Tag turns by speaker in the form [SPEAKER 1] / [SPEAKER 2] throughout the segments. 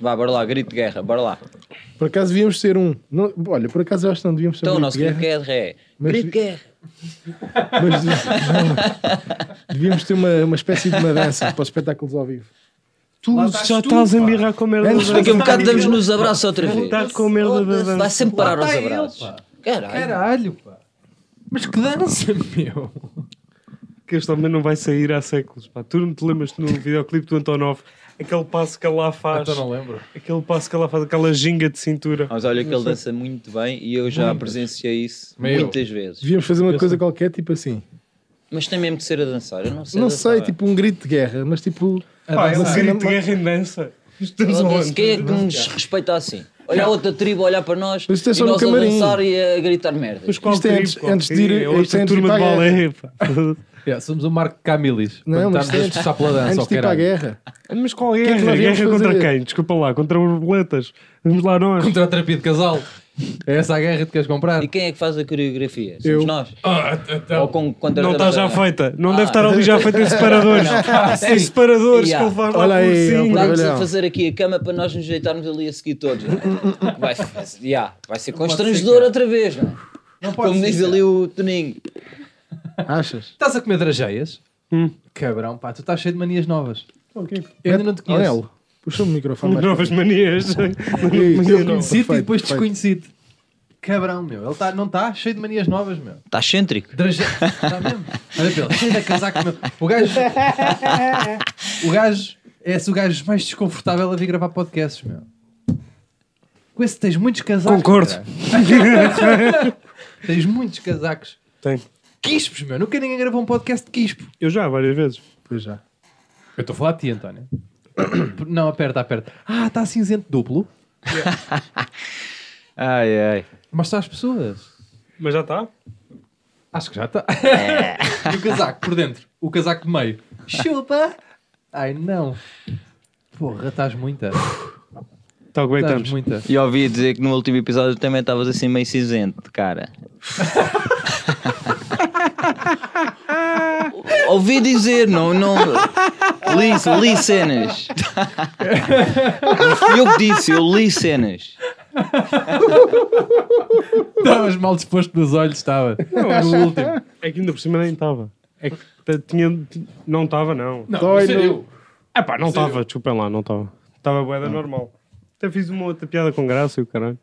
[SPEAKER 1] Vá, bora lá, grito de guerra, bora lá.
[SPEAKER 2] Por acaso devíamos ser um. Não- olha, por acaso eu acho que não devíamos ser
[SPEAKER 1] Então,
[SPEAKER 2] um.
[SPEAKER 1] o nosso grito
[SPEAKER 2] grito
[SPEAKER 1] de
[SPEAKER 2] de guerra,
[SPEAKER 1] guerra é.
[SPEAKER 2] Mas-
[SPEAKER 1] Grito de guerra.
[SPEAKER 2] mas devíamos- devíamos ter uma, uma espécie de uma dança para os espetáculos ao vivo.
[SPEAKER 3] Tu
[SPEAKER 4] Lá estás
[SPEAKER 3] já
[SPEAKER 4] tu,
[SPEAKER 3] estás a
[SPEAKER 4] pá.
[SPEAKER 3] mirar com a merda
[SPEAKER 2] Antes
[SPEAKER 3] da
[SPEAKER 1] Daqui a um bocado
[SPEAKER 3] dança.
[SPEAKER 1] damos nos abraços outra
[SPEAKER 3] Vou
[SPEAKER 1] vez.
[SPEAKER 3] estar com merda da dança.
[SPEAKER 1] Vai sempre parar
[SPEAKER 4] Lá
[SPEAKER 2] Tá
[SPEAKER 1] aos
[SPEAKER 4] está ele,
[SPEAKER 1] abraços.
[SPEAKER 4] pá.
[SPEAKER 1] Caralho.
[SPEAKER 4] Caralho, pá. Mas que dança, meu.
[SPEAKER 3] que este homem não vai sair há séculos. Pá. Tu não te lembras no videoclipe do Antonov, aquele passo que ele lá faz,
[SPEAKER 4] Então não lembro. Ah,
[SPEAKER 3] aquele passo que ele lá faz, aquela ginga de cintura.
[SPEAKER 1] Mas olha que ele dança muito bem e eu já presenciei isso
[SPEAKER 4] Meu.
[SPEAKER 1] muitas vezes.
[SPEAKER 2] Devíamos fazer uma
[SPEAKER 4] Eu
[SPEAKER 2] coisa
[SPEAKER 4] sei.
[SPEAKER 2] qualquer, tipo assim.
[SPEAKER 1] Mas tem mesmo de ser a dançar, eu não sei.
[SPEAKER 2] não sei,
[SPEAKER 1] dançar.
[SPEAKER 2] tipo um grito de guerra, mas tipo.
[SPEAKER 4] Ah,
[SPEAKER 3] Pá, é
[SPEAKER 4] assim,
[SPEAKER 3] um
[SPEAKER 2] dançar.
[SPEAKER 3] grito de guerra em dança. Estamos
[SPEAKER 1] Foda-se,
[SPEAKER 3] aonde?
[SPEAKER 1] Quem é que nos respeita assim? Olha a outra tribo a olhar para nós
[SPEAKER 2] Mas isto é
[SPEAKER 1] e
[SPEAKER 2] só no
[SPEAKER 1] nós a
[SPEAKER 2] camarim.
[SPEAKER 1] dançar e a gritar merda.
[SPEAKER 3] Mas qual
[SPEAKER 2] Isto é
[SPEAKER 3] tribo,
[SPEAKER 4] tipo,
[SPEAKER 2] antes-
[SPEAKER 3] qual
[SPEAKER 2] antes de ir-
[SPEAKER 3] tribo? É
[SPEAKER 2] isto é
[SPEAKER 3] outra
[SPEAKER 2] antes de ir
[SPEAKER 3] turma de
[SPEAKER 2] para a
[SPEAKER 3] balé, pá.
[SPEAKER 4] Yeah, somos o Marco Camilis.
[SPEAKER 2] Não, mas
[SPEAKER 4] estamos a
[SPEAKER 2] antes,
[SPEAKER 4] discussar pela dança,
[SPEAKER 2] antes
[SPEAKER 4] ao
[SPEAKER 2] de ir para a
[SPEAKER 4] caralho.
[SPEAKER 2] guerra.
[SPEAKER 3] Mas qual
[SPEAKER 2] é que
[SPEAKER 3] guerra?
[SPEAKER 2] nós viemos
[SPEAKER 3] guerra contra
[SPEAKER 2] fazer?
[SPEAKER 3] quem? Desculpa lá, contra os borboletas. Vamos lá nós.
[SPEAKER 4] Contra a terapia de casal. É essa a guerra que queres comprar?
[SPEAKER 1] E quem é que faz a coreografia? Somos
[SPEAKER 2] Eu.
[SPEAKER 1] nós.
[SPEAKER 4] Ah,
[SPEAKER 1] Ou
[SPEAKER 4] então.
[SPEAKER 1] com contra
[SPEAKER 3] Não está já feita. Não
[SPEAKER 1] Ah. tá assim.
[SPEAKER 3] deve estar ali já feita em separadores. Em separadores
[SPEAKER 1] Yeah.
[SPEAKER 3] que ele faz lá
[SPEAKER 2] Olha
[SPEAKER 3] por
[SPEAKER 2] aí,
[SPEAKER 3] cima.
[SPEAKER 2] ó,
[SPEAKER 1] Vamos a
[SPEAKER 2] Olha.
[SPEAKER 1] fazer aqui a cama para nós nos deitarmos ali a seguir todos. não é? Vai, yeah, vai ser constrangedor outra vez, não é? Como diz ali o Toninho.
[SPEAKER 2] Achas?
[SPEAKER 4] Estás a comer drageias?
[SPEAKER 3] Hum.
[SPEAKER 4] Cabrão, pá, tu estás cheio de manias novas. Eu
[SPEAKER 2] Eu
[SPEAKER 4] ainda não te conheço.
[SPEAKER 2] puxa-me o microfone. mais
[SPEAKER 3] Novas manias.
[SPEAKER 2] para frente.
[SPEAKER 3] Eu
[SPEAKER 4] Conheci-te e
[SPEAKER 2] Perfeito,
[SPEAKER 4] depois
[SPEAKER 2] perfeito.
[SPEAKER 4] desconheci-te. Cabrão, meu. Ele tá, não está cheio de manias novas, meu.
[SPEAKER 1] Está Tá excêntrico.
[SPEAKER 4] Draje... Está mesmo? Olha para ele, cheio de casaco, meu. O gajo... O gajo... É o gajo mais desconfortável a vir gravar podcasts, meu. Com esse tens muitos casacos.
[SPEAKER 3] Concordo.
[SPEAKER 4] caralho. tens muitos casacos.
[SPEAKER 3] Tenho.
[SPEAKER 4] Quispos, meu. Nunca ninguém gravou um podcast de quispo.
[SPEAKER 3] Eu já, várias vezes.
[SPEAKER 2] Pois já.
[SPEAKER 4] Eu estou a falar de ti, António. Não, aperta, aperta. Ah, está cinzento duplo.
[SPEAKER 1] Ai, ai.
[SPEAKER 4] Mas está as pessoas.
[SPEAKER 3] Mas já está?
[SPEAKER 4] Acho que já está. e o casaco por dentro. O casaco de meio. Chupa! Ai não. Porra, estás muita.
[SPEAKER 3] Está como é que
[SPEAKER 1] Tá,
[SPEAKER 4] Estás
[SPEAKER 3] estamos?
[SPEAKER 4] muita.
[SPEAKER 1] E ouvi dizer que no último episódio também estavas assim meio cinzento, de cara. ouvi dizer, não, não. Li, li cenas. Não fui eu que disse, eu li cenas.
[SPEAKER 4] Estavas mal disposto dos olhos, estava. No último.
[SPEAKER 3] É que ainda por cima nem estava. É que t- tinha. t- Não estava, não.
[SPEAKER 4] Não,
[SPEAKER 2] Dói,
[SPEAKER 4] isso era
[SPEAKER 2] não.
[SPEAKER 4] eu.
[SPEAKER 3] Ah pá, não estava, desculpem lá, não estava. Estava boeda normal. Até fiz uma outra piada com graça e o caralho.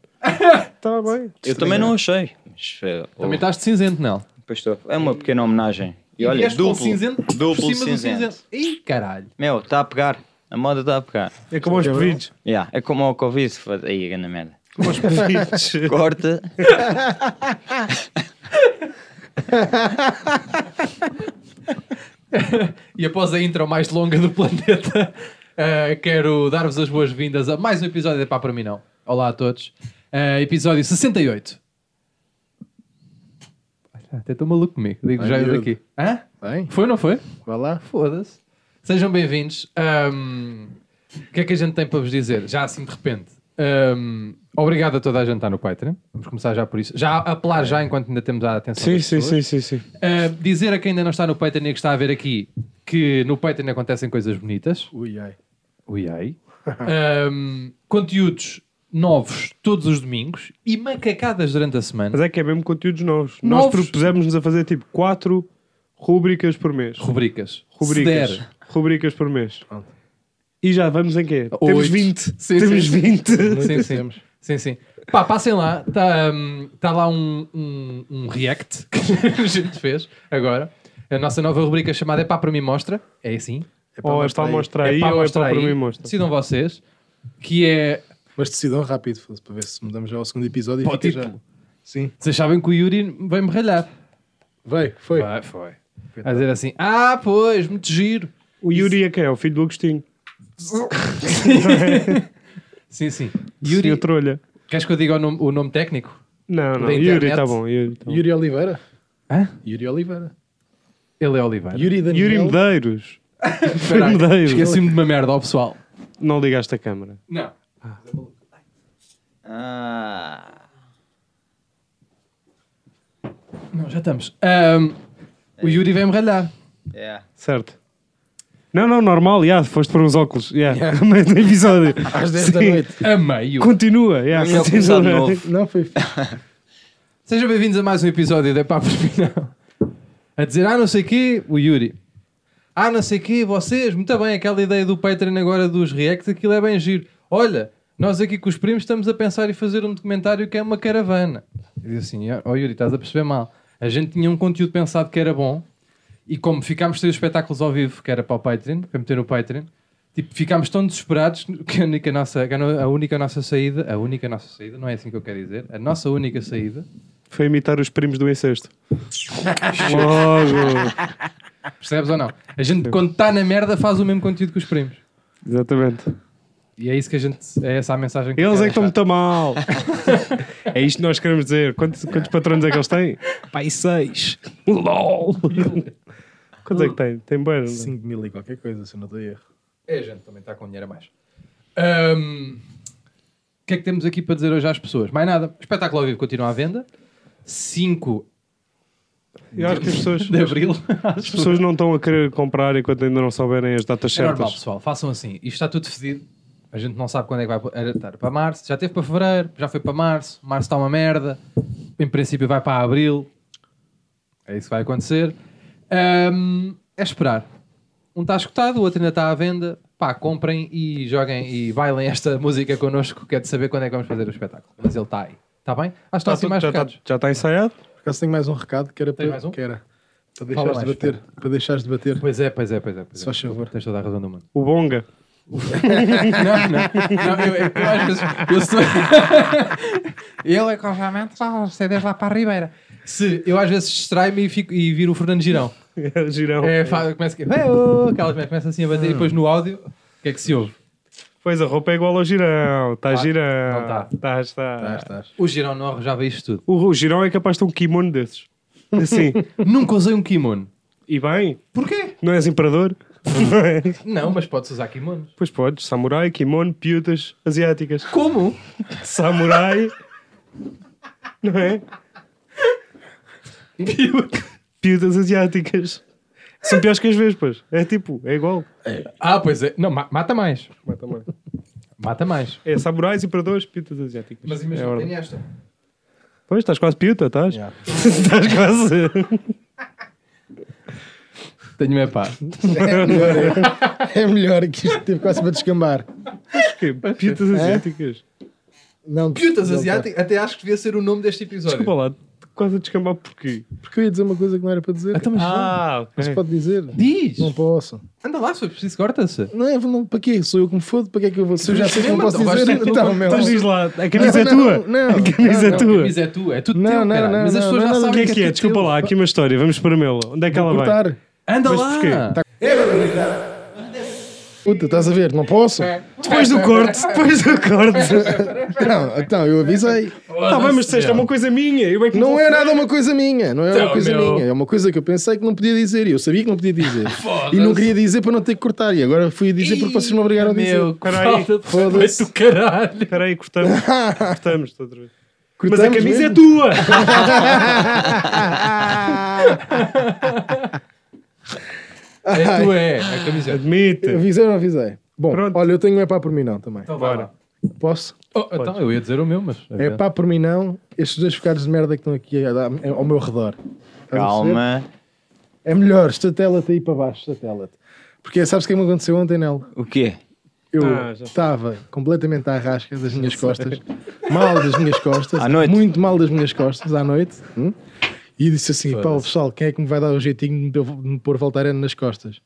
[SPEAKER 3] Estava bem.
[SPEAKER 1] Eu também não achei. Mas, eh,
[SPEAKER 4] Também
[SPEAKER 1] oh,
[SPEAKER 4] estás de cinzento, não?
[SPEAKER 1] pois estou. É uma pequena homenagem. E olha,
[SPEAKER 4] vieste com um
[SPEAKER 1] duplo,
[SPEAKER 4] cinzento
[SPEAKER 1] duplo
[SPEAKER 4] por cima
[SPEAKER 1] cinzento.
[SPEAKER 4] do cinzento. Ih, caralho.
[SPEAKER 1] Meu, está a pegar. A moda está a pegar.
[SPEAKER 3] É como aos pedidos.
[SPEAKER 1] Yeah, é como o Covid. faz- Aí, grande merda.
[SPEAKER 3] Como aos pedidos.
[SPEAKER 1] Corta.
[SPEAKER 4] E após a intro mais longa do planeta, eh, quero dar-vos as boas-vindas a mais um episódio de Pá Para Mim Não. Olá a todos. Eh, episódio 68. Ah, Até estou maluco comigo, digo já
[SPEAKER 2] Ai,
[SPEAKER 4] eu
[SPEAKER 2] miúdo.
[SPEAKER 4] daqui. Hã?
[SPEAKER 2] Bem,
[SPEAKER 4] Foi ou não foi?
[SPEAKER 2] vai lá.
[SPEAKER 4] Foda-se. Sejam bem-vindos. Ahm, o que é que a gente tem para vos dizer? Já assim de repente. Ahm, obrigado a toda a gente que está no Patreon. Vamos começar já por isso. Já apelar já enquanto ainda temos a atenção.
[SPEAKER 3] Sim,
[SPEAKER 4] das
[SPEAKER 3] sim,
[SPEAKER 4] pessoas.
[SPEAKER 3] sim, sim, sim.
[SPEAKER 4] Uh, dizer a quem ainda não está no Patreon e que está a ver aqui que no Patreon acontecem coisas bonitas.
[SPEAKER 2] Ui, ai.
[SPEAKER 4] Ui, ai. Um, conteúdos novos todos os domingos e macacadas durante a semana.
[SPEAKER 3] Mas é que é mesmo conteúdos novos. Nós
[SPEAKER 4] Novos.
[SPEAKER 3] propusemos-nos a fazer tipo 4 rúbricas por mês.
[SPEAKER 4] Rubricas.
[SPEAKER 3] é Rubricas.
[SPEAKER 4] Se der.
[SPEAKER 3] Rubricas por mês. E já vamos em quê?
[SPEAKER 4] Oito.
[SPEAKER 3] Temos 20.
[SPEAKER 4] Sim,
[SPEAKER 3] Temos
[SPEAKER 4] sim.
[SPEAKER 3] 20.
[SPEAKER 4] Sim, sim.
[SPEAKER 2] temos.
[SPEAKER 4] sim, sim. Pá, passem lá. Está tá lá um, um, um react que a gente fez agora. A nossa nova rubrica chamada É Pá Para Mim Mostra. É assim.
[SPEAKER 2] É para
[SPEAKER 3] Ou é
[SPEAKER 2] mostrar aí.
[SPEAKER 3] para mostrar aí ou é
[SPEAKER 4] mostrar
[SPEAKER 3] para por
[SPEAKER 4] aí.
[SPEAKER 3] mim mostra.
[SPEAKER 4] Decidam vocês. Que é
[SPEAKER 2] Mas decidam rápido, foda-se, para ver se mudamos já ao segundo episódio. e
[SPEAKER 4] Para o
[SPEAKER 2] fica
[SPEAKER 4] título.
[SPEAKER 2] já. Sim.
[SPEAKER 4] Vocês sabem que o Yuri vai-me ralhar.
[SPEAKER 2] Vai, foi.
[SPEAKER 4] Vai, foi. A dizer assim, ah, pois, muito giro.
[SPEAKER 3] O Yuri é quem? É o filho do Agostinho.
[SPEAKER 4] Sim, sim.
[SPEAKER 3] Yuri.
[SPEAKER 4] Yuri,
[SPEAKER 3] Trolha.
[SPEAKER 4] queres que eu diga o nome, o nome técnico?
[SPEAKER 3] Não, não.
[SPEAKER 4] Da
[SPEAKER 3] Yuri
[SPEAKER 4] internet.
[SPEAKER 3] está bom. Yuri, tá bom.
[SPEAKER 2] Yuri Oliveira.
[SPEAKER 4] Hã?
[SPEAKER 2] Yuri Oliveira.
[SPEAKER 4] Ele é Oliveira.
[SPEAKER 2] Yuri Daniel.
[SPEAKER 3] Yuri Medeiros.
[SPEAKER 4] Espera aí,
[SPEAKER 3] Medeiros.
[SPEAKER 4] Esqueci-me de uma merda, ó pessoal.
[SPEAKER 3] Não ligaste a câmara.
[SPEAKER 4] Não.
[SPEAKER 1] Ah.
[SPEAKER 4] Não, já estamos. Ahm, o Yuri vai-me ralhar.
[SPEAKER 1] Yeah.
[SPEAKER 3] Certo. Não, não, normal, yeah, foste por uns óculos. Yeah. Mas no episódio.
[SPEAKER 2] Às 10 da
[SPEAKER 3] Sim.
[SPEAKER 2] noite.
[SPEAKER 4] A meio.
[SPEAKER 3] Continua, yeah,
[SPEAKER 1] Melhor
[SPEAKER 3] continua.
[SPEAKER 1] começar de novo.
[SPEAKER 2] Não, foi.
[SPEAKER 4] Sejam bem-vindos a mais um episódio da Papo Final. A dizer, ah, não sei quê, o Yuri. Ah, não sei quê, vocês. Muito bem, aquela ideia do Patreon agora dos reacts, aquilo é bem giro. Olha, nós aqui com os primos estamos a pensar em fazer um documentário que é uma caravana. Eu disse assim, ó Yuri, estás a perceber mal. A gente tinha um conteúdo pensado que era bom e como ficámos três espetáculos ao vivo, que era para o Patreon, para meter no Patreon, tipo, ficámos tão desesperados que a única nossa, que a no- a única nossa saída, a única nossa saída, não é assim que eu quero dizer, a nossa única saída
[SPEAKER 3] Foi imitar os primos do incesto. Logo.
[SPEAKER 4] Percebes ou não? A gente, quando está na merda, faz o mesmo conteúdo que os primos.
[SPEAKER 3] Exatamente.
[SPEAKER 4] E é isso que a gente. É essa a mensagem que
[SPEAKER 3] Eles é que
[SPEAKER 4] eu
[SPEAKER 3] estão muito a mal.
[SPEAKER 4] quero
[SPEAKER 3] é isto que nós queremos dizer. Quantos, quantos patrões é que eles têm? Pai, seis. LOL. Quantos é que tem? Tem boa, não é?
[SPEAKER 2] 5 mil e qualquer coisa, se eu não estou a erro.
[SPEAKER 4] deixar. É, a gente também está com dinheiro a mais. Ahm, o que é que temos aqui para dizer hoje às pessoas? Mais nada. O espetáculo ao vivo continua à venda. 5
[SPEAKER 3] Eu acho que as pessoas,
[SPEAKER 4] de abril.
[SPEAKER 3] as pessoas não estão a querer comprar enquanto ainda não souberem as datas
[SPEAKER 4] É normal,
[SPEAKER 3] certas.
[SPEAKER 4] pessoal. Façam assim. Isto está tudo fedido. A gente não sabe quando é que vai era estar para março. Já teve para fevereiro, já foi para março. Março está uma merda. Em princípio, vai para abril. É isso que vai acontecer. Ahm, é esperar. Um está escutado, o outro ainda está à venda. Pá, comprem e joguem e bailem esta música connosco. Quero saber quando é que vamos fazer o espetáculo. Mas ele está aí. Está bem? Acho que está assim
[SPEAKER 3] tudo-
[SPEAKER 4] mais
[SPEAKER 3] já,
[SPEAKER 4] recados.
[SPEAKER 3] está, já está ensaiado?
[SPEAKER 2] Por acaso tenho mais um recado que era
[SPEAKER 4] Tem
[SPEAKER 2] para,
[SPEAKER 4] mais um?
[SPEAKER 2] que era para
[SPEAKER 4] Fala
[SPEAKER 2] deixares de
[SPEAKER 4] mais,
[SPEAKER 2] bater. Para deixares de bater.
[SPEAKER 4] Pois é, pois é, pois é. Pois
[SPEAKER 2] Se
[SPEAKER 4] é.
[SPEAKER 2] faz favor.
[SPEAKER 4] Tens toda a razão do mundo.
[SPEAKER 3] O Bonga.
[SPEAKER 4] Não, não. não eu, eu, eu às vezes. Eu sou. eu é confiamento, você desde lá para a Ribeira. Se eu às vezes distraio-me e, fico- e viro o Fernando Girão.
[SPEAKER 3] Girão.
[SPEAKER 4] É, fa- começa que. "Eo", Aquela que começa assim a bater e depois no áudio. O que é que se ouve?
[SPEAKER 3] Pois a roupa é igual ao Girão. Está Girão.
[SPEAKER 4] Ah, não tá.
[SPEAKER 3] Tá, está.
[SPEAKER 2] Ah, estás.
[SPEAKER 4] O Girão não arranjava isto tudo.
[SPEAKER 3] O, o Girão é capaz de ter um kimono desses. Assim.
[SPEAKER 4] Nunca usei um kimono.
[SPEAKER 3] e bem,
[SPEAKER 4] Porquê?
[SPEAKER 3] não és imperador? é?
[SPEAKER 4] Não, mas podes usar kimonos.
[SPEAKER 3] Pois podes, samurai, kimono, piutas asiáticas.
[SPEAKER 4] Como?
[SPEAKER 3] Samurai. não é? Piutas asiáticas. São piores que as vespas. É tipo, é igual.
[SPEAKER 4] Ah, pois é. Não, ma- mata mais.
[SPEAKER 3] Mas também.
[SPEAKER 4] Mata mais.
[SPEAKER 3] É samurais, imperadores, piutas asiáticas.
[SPEAKER 4] Mas
[SPEAKER 3] É a
[SPEAKER 4] imagina,
[SPEAKER 3] ordem.
[SPEAKER 4] tem esta.
[SPEAKER 3] Pois, estás quase piuta, estás?
[SPEAKER 2] Yeah.
[SPEAKER 3] estás quase.
[SPEAKER 4] Tenho-me a pá.
[SPEAKER 2] É melhor, é, é melhor que isto teve quase para descambar.
[SPEAKER 3] Que piutas asiáticas.
[SPEAKER 2] Não,
[SPEAKER 4] Piutas
[SPEAKER 2] não, tá.
[SPEAKER 4] asiáticas, até acho que devia ser o nome deste episódio.
[SPEAKER 3] Desculpa lá, quase a descambar porquê?
[SPEAKER 2] Porque eu ia dizer uma coisa que não era para dizer.
[SPEAKER 4] Então, mas
[SPEAKER 3] Ah,
[SPEAKER 2] Mas pode dizer.
[SPEAKER 4] diz!
[SPEAKER 2] Não posso.
[SPEAKER 4] Anda lá, se for preciso, corta-se.
[SPEAKER 2] Não, é, não, para quê? Sou eu que me fodo? Para que é que eu vou? Se eu já sei que não
[SPEAKER 4] Mas
[SPEAKER 2] posso
[SPEAKER 4] não vais
[SPEAKER 2] dizer,
[SPEAKER 4] ter-
[SPEAKER 2] então, meu.
[SPEAKER 3] Então diz lá, a camisa é
[SPEAKER 2] Não,
[SPEAKER 3] tua.
[SPEAKER 2] não,
[SPEAKER 3] a
[SPEAKER 2] não,
[SPEAKER 3] camisa é
[SPEAKER 2] não,
[SPEAKER 3] tua.
[SPEAKER 4] Mas é tu, é tudo
[SPEAKER 2] Não,
[SPEAKER 4] teu,
[SPEAKER 2] não,
[SPEAKER 4] caralho.
[SPEAKER 2] não,
[SPEAKER 4] Mas as
[SPEAKER 2] não, não, não,
[SPEAKER 4] pessoas já
[SPEAKER 3] O
[SPEAKER 2] não,
[SPEAKER 3] que
[SPEAKER 4] sabem
[SPEAKER 3] é que é? Desculpa lá, há aqui uma história. Vamos para Melo. Onde é que ela vai?
[SPEAKER 2] Cortar.
[SPEAKER 4] Anda
[SPEAKER 3] Mas
[SPEAKER 4] lá!
[SPEAKER 3] porquê?
[SPEAKER 2] Tá Puta, estás a ver? Não posso?
[SPEAKER 3] Depois do corte, depois do corte.
[SPEAKER 2] Não, então, eu avisei.
[SPEAKER 3] Tá bem, mas disseste, é uma coisa minha. Eu é que
[SPEAKER 2] Não é nada uma coisa minha, não é uma
[SPEAKER 4] Então,
[SPEAKER 2] coisa
[SPEAKER 4] meu.
[SPEAKER 2] minha. É uma coisa que eu pensei que não podia dizer e eu sabia que não podia dizer.
[SPEAKER 4] Foda-se.
[SPEAKER 2] e não queria dizer para não ter que cortar. E agora fui dizer porque vocês me obrigaram a dizer.
[SPEAKER 4] Meu, que
[SPEAKER 3] Peraí.
[SPEAKER 4] falta de
[SPEAKER 2] Foda-se.
[SPEAKER 4] respeito do caralho!
[SPEAKER 3] Espera aí, cortamos. Cortamos de outra vez. Mas
[SPEAKER 2] Cortamos
[SPEAKER 3] a camisa é
[SPEAKER 2] mesmo?
[SPEAKER 3] tua.
[SPEAKER 4] É tu é, a camiseta.
[SPEAKER 3] Admite.
[SPEAKER 2] Avisei ou não avisei? Bom,
[SPEAKER 3] Pronto.
[SPEAKER 2] olha, eu tenho um é pá por mim não também.
[SPEAKER 4] Então vai lá.
[SPEAKER 2] Posso?
[SPEAKER 4] Oh, então, eu ia dizer o meu, mas...
[SPEAKER 2] É pá por mim não, estes dois focados de merda que estão aqui a dar- ao meu redor. Estás Tá a perceber?
[SPEAKER 1] Calma.
[SPEAKER 2] É melhor, estatela-te aí para baixo, estatela-te. Porque sabes o que é que me aconteceu ontem nela?
[SPEAKER 1] O quê?
[SPEAKER 2] Eu
[SPEAKER 3] Ah, já.
[SPEAKER 2] estava completamente à rasca das minhas costas, mal das minhas costas,
[SPEAKER 1] À noite.
[SPEAKER 2] muito mal das minhas costas, à noite. hum? E disse assim: pá, o pessoal, quem é que me vai dar o jeitinho de eu- de me pôr voltarano nas costas?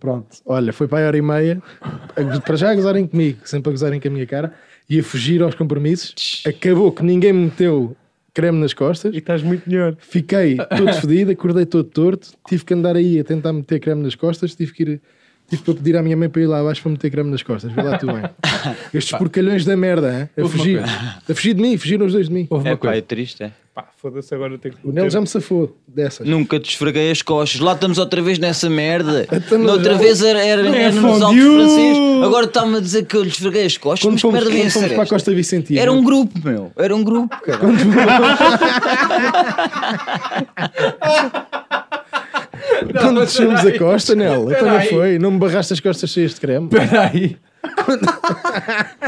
[SPEAKER 2] Pronto, olha, foi para a hora e meia, a- para já a gozarem comigo, sempre a gozarem com a minha cara, e a fugir aos compromissos. Acabou que ninguém me meteu creme nas costas.
[SPEAKER 3] E estás muito melhor.
[SPEAKER 2] Fiquei todo fedido, acordei todo torto, tive que andar aí a tentar meter creme nas costas, tive que ir. Tive para pedir à minha mãe para ir lá abaixo para meter creme nas costas. Vê lá tu bem. Estes porcalhões da merda, hein? a
[SPEAKER 4] Houve uma
[SPEAKER 2] fugir.
[SPEAKER 4] coisa.
[SPEAKER 2] A fugir de mim, fugiram os dois de mim.
[SPEAKER 4] Houve
[SPEAKER 1] É
[SPEAKER 4] uma
[SPEAKER 1] pá, é
[SPEAKER 4] coisa.
[SPEAKER 1] triste, é?
[SPEAKER 3] Pá, foda-se, agora tenho que
[SPEAKER 2] O Nel já me safou dessas.
[SPEAKER 1] Nunca te esfreguei as costas. Lá estamos outra vez nessa merda.
[SPEAKER 2] Então, mas
[SPEAKER 1] Outra
[SPEAKER 2] já-
[SPEAKER 1] vez era, era,
[SPEAKER 3] É
[SPEAKER 1] era nos
[SPEAKER 3] fondue.
[SPEAKER 1] Alpes franceses. Agora está-me a dizer que eu lhe esfreguei as costas.
[SPEAKER 2] Quando
[SPEAKER 1] mas
[SPEAKER 2] fomos,
[SPEAKER 1] que merda
[SPEAKER 2] quando
[SPEAKER 1] devia
[SPEAKER 2] fomos
[SPEAKER 1] ser
[SPEAKER 2] para a é?
[SPEAKER 1] esta?
[SPEAKER 2] Costa Vicentina.
[SPEAKER 1] Era um grupo, meu. Era um grupo, cara.
[SPEAKER 2] Quando descemos a costa nela, então não
[SPEAKER 4] Peraí.
[SPEAKER 2] foi. Não me barraste as costas cheias de creme.
[SPEAKER 4] Espera aí.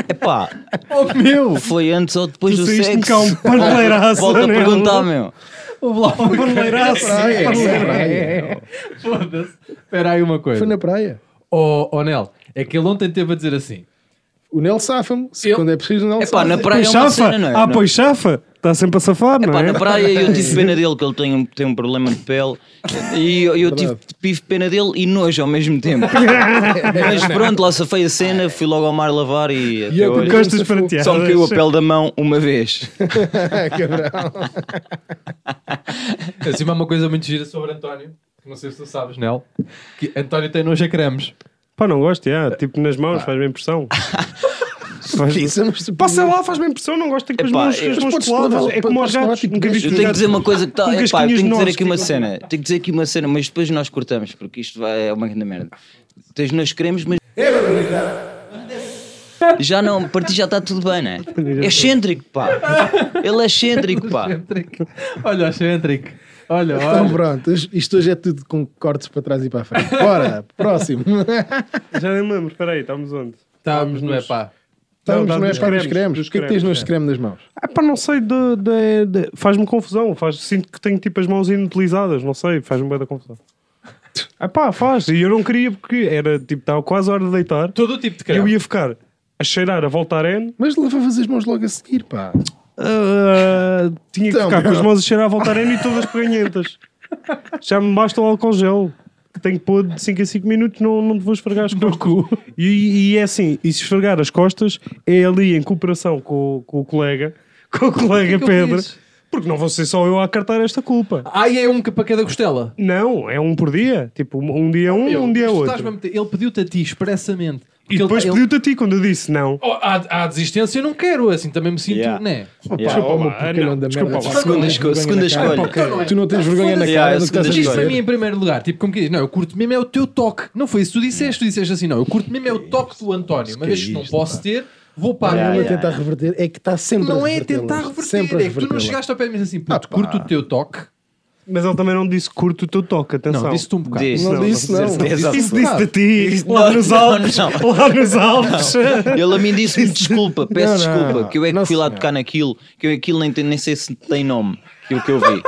[SPEAKER 1] Epá,
[SPEAKER 4] Oh, meu!
[SPEAKER 1] foi antes ou depois
[SPEAKER 3] Tu
[SPEAKER 1] do
[SPEAKER 3] saíste-me
[SPEAKER 1] sexo?
[SPEAKER 3] cá um paneleiraço,
[SPEAKER 1] Volta a
[SPEAKER 3] não é?
[SPEAKER 1] perguntar, meu.
[SPEAKER 4] Houve lá uma
[SPEAKER 3] Paneleiraço,
[SPEAKER 2] praia,
[SPEAKER 3] paneleiraço.
[SPEAKER 2] praia.
[SPEAKER 4] Foda-se. Espera aí uma coisa.
[SPEAKER 2] Foi na praia.
[SPEAKER 4] Oh, oh, Nel, é que ele ontem teve a dizer assim.
[SPEAKER 2] O Nel safa-me. Se
[SPEAKER 4] Eu-
[SPEAKER 2] Quando é preciso, o Nel
[SPEAKER 1] Epá, na
[SPEAKER 2] safa
[SPEAKER 1] praia
[SPEAKER 3] Pois
[SPEAKER 1] é uma
[SPEAKER 3] chafa.
[SPEAKER 1] cena, não é?
[SPEAKER 3] Ah,
[SPEAKER 1] Não-
[SPEAKER 3] pois chafa. Está sempre a safar, não
[SPEAKER 1] Epá,
[SPEAKER 3] é?
[SPEAKER 1] na praia eu tive pena dele, que ele tem um, tem um problema de pele, e eu, eu tive, tive pena dele e nojo ao mesmo tempo. Mas pronto, lá safei a cena, fui logo ao mar lavar e até
[SPEAKER 2] E eu com
[SPEAKER 1] hoje.
[SPEAKER 3] Costas
[SPEAKER 2] Só me
[SPEAKER 3] prateadas.
[SPEAKER 1] Só me caiu a pele da mão uma vez.
[SPEAKER 2] Cabrão.
[SPEAKER 4] Assim, há uma coisa muito gira sobre António. que Não sei se tu sabes, Nel. Que António tem nojo a cremes.
[SPEAKER 3] Pá, não gosto, é. Tipo, nas mãos faz-me impressão. Faz-
[SPEAKER 2] Isso é uma-
[SPEAKER 3] Pá, sei lá, faz-me impressão. Não gosto de ter com as
[SPEAKER 1] Epá,
[SPEAKER 3] mãos, com
[SPEAKER 1] eu-
[SPEAKER 3] as
[SPEAKER 1] mas
[SPEAKER 3] mãos
[SPEAKER 2] podes
[SPEAKER 3] coladas.
[SPEAKER 2] lavar,
[SPEAKER 3] É como aos
[SPEAKER 2] podes lavar,
[SPEAKER 3] gatos.
[SPEAKER 2] tipo,
[SPEAKER 3] Nunca
[SPEAKER 2] eu
[SPEAKER 3] viste
[SPEAKER 1] Eu
[SPEAKER 3] os
[SPEAKER 1] tenho que
[SPEAKER 3] gatos
[SPEAKER 1] dizer uma coisa que está.
[SPEAKER 3] com
[SPEAKER 1] Epá, eu
[SPEAKER 3] casquinhas
[SPEAKER 1] tenho que dizer
[SPEAKER 3] nozes,
[SPEAKER 1] aqui uma
[SPEAKER 3] que é
[SPEAKER 1] cena. Tenho que dizer aqui uma cena, mas depois nós cortamos, porque isto vai- é uma grande merda. Tens nos cremes, mas. Já não, para ti já está tudo bem, né? É excêntrico, pá. Ele é excêntrico, pá.
[SPEAKER 4] Centric. Olha o Centric. Olha,
[SPEAKER 2] Então
[SPEAKER 4] olha.
[SPEAKER 2] pronto, isto hoje é tudo com cortes para trás e para a frente. Bora, próximo.
[SPEAKER 3] Já nem me lembro. Espera aí, estamos onde?
[SPEAKER 4] Estávamos no epá.
[SPEAKER 2] Estamos
[SPEAKER 3] Não,
[SPEAKER 2] não é
[SPEAKER 3] dos
[SPEAKER 2] para os
[SPEAKER 3] cremes,
[SPEAKER 2] cremes.
[SPEAKER 3] dos
[SPEAKER 2] O que é que tens
[SPEAKER 3] cremes,
[SPEAKER 2] nos creme nas mãos?
[SPEAKER 3] Ah, pá, não sei. de- de- de- Faz-me confusão. Faz... Sinto que tenho tipo as mãos inutilizadas. Não sei. Faz-me bem da confusão. Ah, pá, faz. E eu não queria porque era tipo, estava quase a hora de deitar.
[SPEAKER 4] Todo o tipo de
[SPEAKER 3] E eu
[SPEAKER 4] creme.
[SPEAKER 3] ia ficar a cheirar, a voltar N.
[SPEAKER 2] Mas lavavas as mãos logo a seguir, pá.
[SPEAKER 3] Ah, tinha que
[SPEAKER 2] Então,
[SPEAKER 3] ficar com
[SPEAKER 2] meu.
[SPEAKER 3] as mãos a cheirar a voltar N e todas peganhentas. Já me basta o álcool gel. que Tenho que pôr de 5 a 5 minutos, não, não te vou esfregar as costas. E, e é assim, e se esfregar as costas é ali em cooperação com, o- com o colega, com o colega
[SPEAKER 4] que eu
[SPEAKER 3] Pedro,
[SPEAKER 4] fiz?
[SPEAKER 3] porque não vou ser só eu a acartar esta culpa.
[SPEAKER 4] Ai, é um que para cada costela.
[SPEAKER 3] Não, é um por dia. Tipo, um um dia é um, um dia é
[SPEAKER 4] Tu
[SPEAKER 3] outro.
[SPEAKER 4] estás mesmo- Ele pediu-te a ti expressamente.
[SPEAKER 3] E
[SPEAKER 4] Porque
[SPEAKER 3] depois
[SPEAKER 4] ele, tá-
[SPEAKER 3] pediu-te a ti quando eu disse não.
[SPEAKER 4] Oh, há, há desistência, eu não quero. Assim também me sinto,
[SPEAKER 1] Yeah.
[SPEAKER 4] né?
[SPEAKER 1] Yeah.
[SPEAKER 2] Desculpa,
[SPEAKER 3] Opa,
[SPEAKER 2] uma porcalhão
[SPEAKER 3] não,
[SPEAKER 2] da
[SPEAKER 3] desculpa,
[SPEAKER 2] merda.
[SPEAKER 3] opa.
[SPEAKER 2] Tu não
[SPEAKER 1] Segunda
[SPEAKER 2] tens
[SPEAKER 1] escolha,
[SPEAKER 2] vergonha
[SPEAKER 4] Ah,
[SPEAKER 1] segunda
[SPEAKER 2] na cara.
[SPEAKER 4] então
[SPEAKER 1] escolha.
[SPEAKER 4] é?
[SPEAKER 2] Ok, Tu não tens vergonha na é
[SPEAKER 1] Yeah,
[SPEAKER 2] cara do
[SPEAKER 1] segunda
[SPEAKER 2] que estás a
[SPEAKER 4] Isto
[SPEAKER 1] escolha.
[SPEAKER 4] para
[SPEAKER 2] dizer.
[SPEAKER 4] mim, em primeiro lugar, tipo, como que diz, não, eu curto mesmo é o teu toque. Não foi isso que tu disseste, tu disseste assim, não, eu curto mesmo é o toque do António, mas
[SPEAKER 2] é
[SPEAKER 4] isto não
[SPEAKER 2] isto,
[SPEAKER 4] posso ter, vou para a
[SPEAKER 2] Não
[SPEAKER 1] Yeah,
[SPEAKER 2] é
[SPEAKER 4] minha.
[SPEAKER 1] yeah.
[SPEAKER 2] tentar reverter, é que está sempre
[SPEAKER 4] Não
[SPEAKER 2] a
[SPEAKER 4] é
[SPEAKER 2] revertê-la.
[SPEAKER 4] tentar reverter,
[SPEAKER 2] Sempre a
[SPEAKER 4] é que tu não
[SPEAKER 2] revertê-la.
[SPEAKER 4] chegaste ao pé de mim e disse assim,
[SPEAKER 2] Ah,
[SPEAKER 4] puto,
[SPEAKER 2] pá.
[SPEAKER 4] curto o teu toque.
[SPEAKER 3] Mas ele também não disse curto o teu toque, atenção.
[SPEAKER 4] Não, disse-te um bocado.
[SPEAKER 1] Diz.
[SPEAKER 2] Não
[SPEAKER 3] Não,
[SPEAKER 2] disse,
[SPEAKER 1] não,
[SPEAKER 2] não.
[SPEAKER 1] certeza.
[SPEAKER 3] Isso
[SPEAKER 2] Disse
[SPEAKER 3] disse de ti, lá
[SPEAKER 1] Não,
[SPEAKER 3] nos
[SPEAKER 1] não,
[SPEAKER 3] Alpes.
[SPEAKER 1] não.
[SPEAKER 3] Lá nos Alpes.
[SPEAKER 1] Ele a mim disse-me desculpa, peço
[SPEAKER 2] Não, não,
[SPEAKER 1] desculpa, que eu é que
[SPEAKER 2] não,
[SPEAKER 1] fui lá
[SPEAKER 2] senhor.
[SPEAKER 1] tocar naquilo, que eu aquilo nem, tem- nem sei se tem nome, aquilo que eu vi.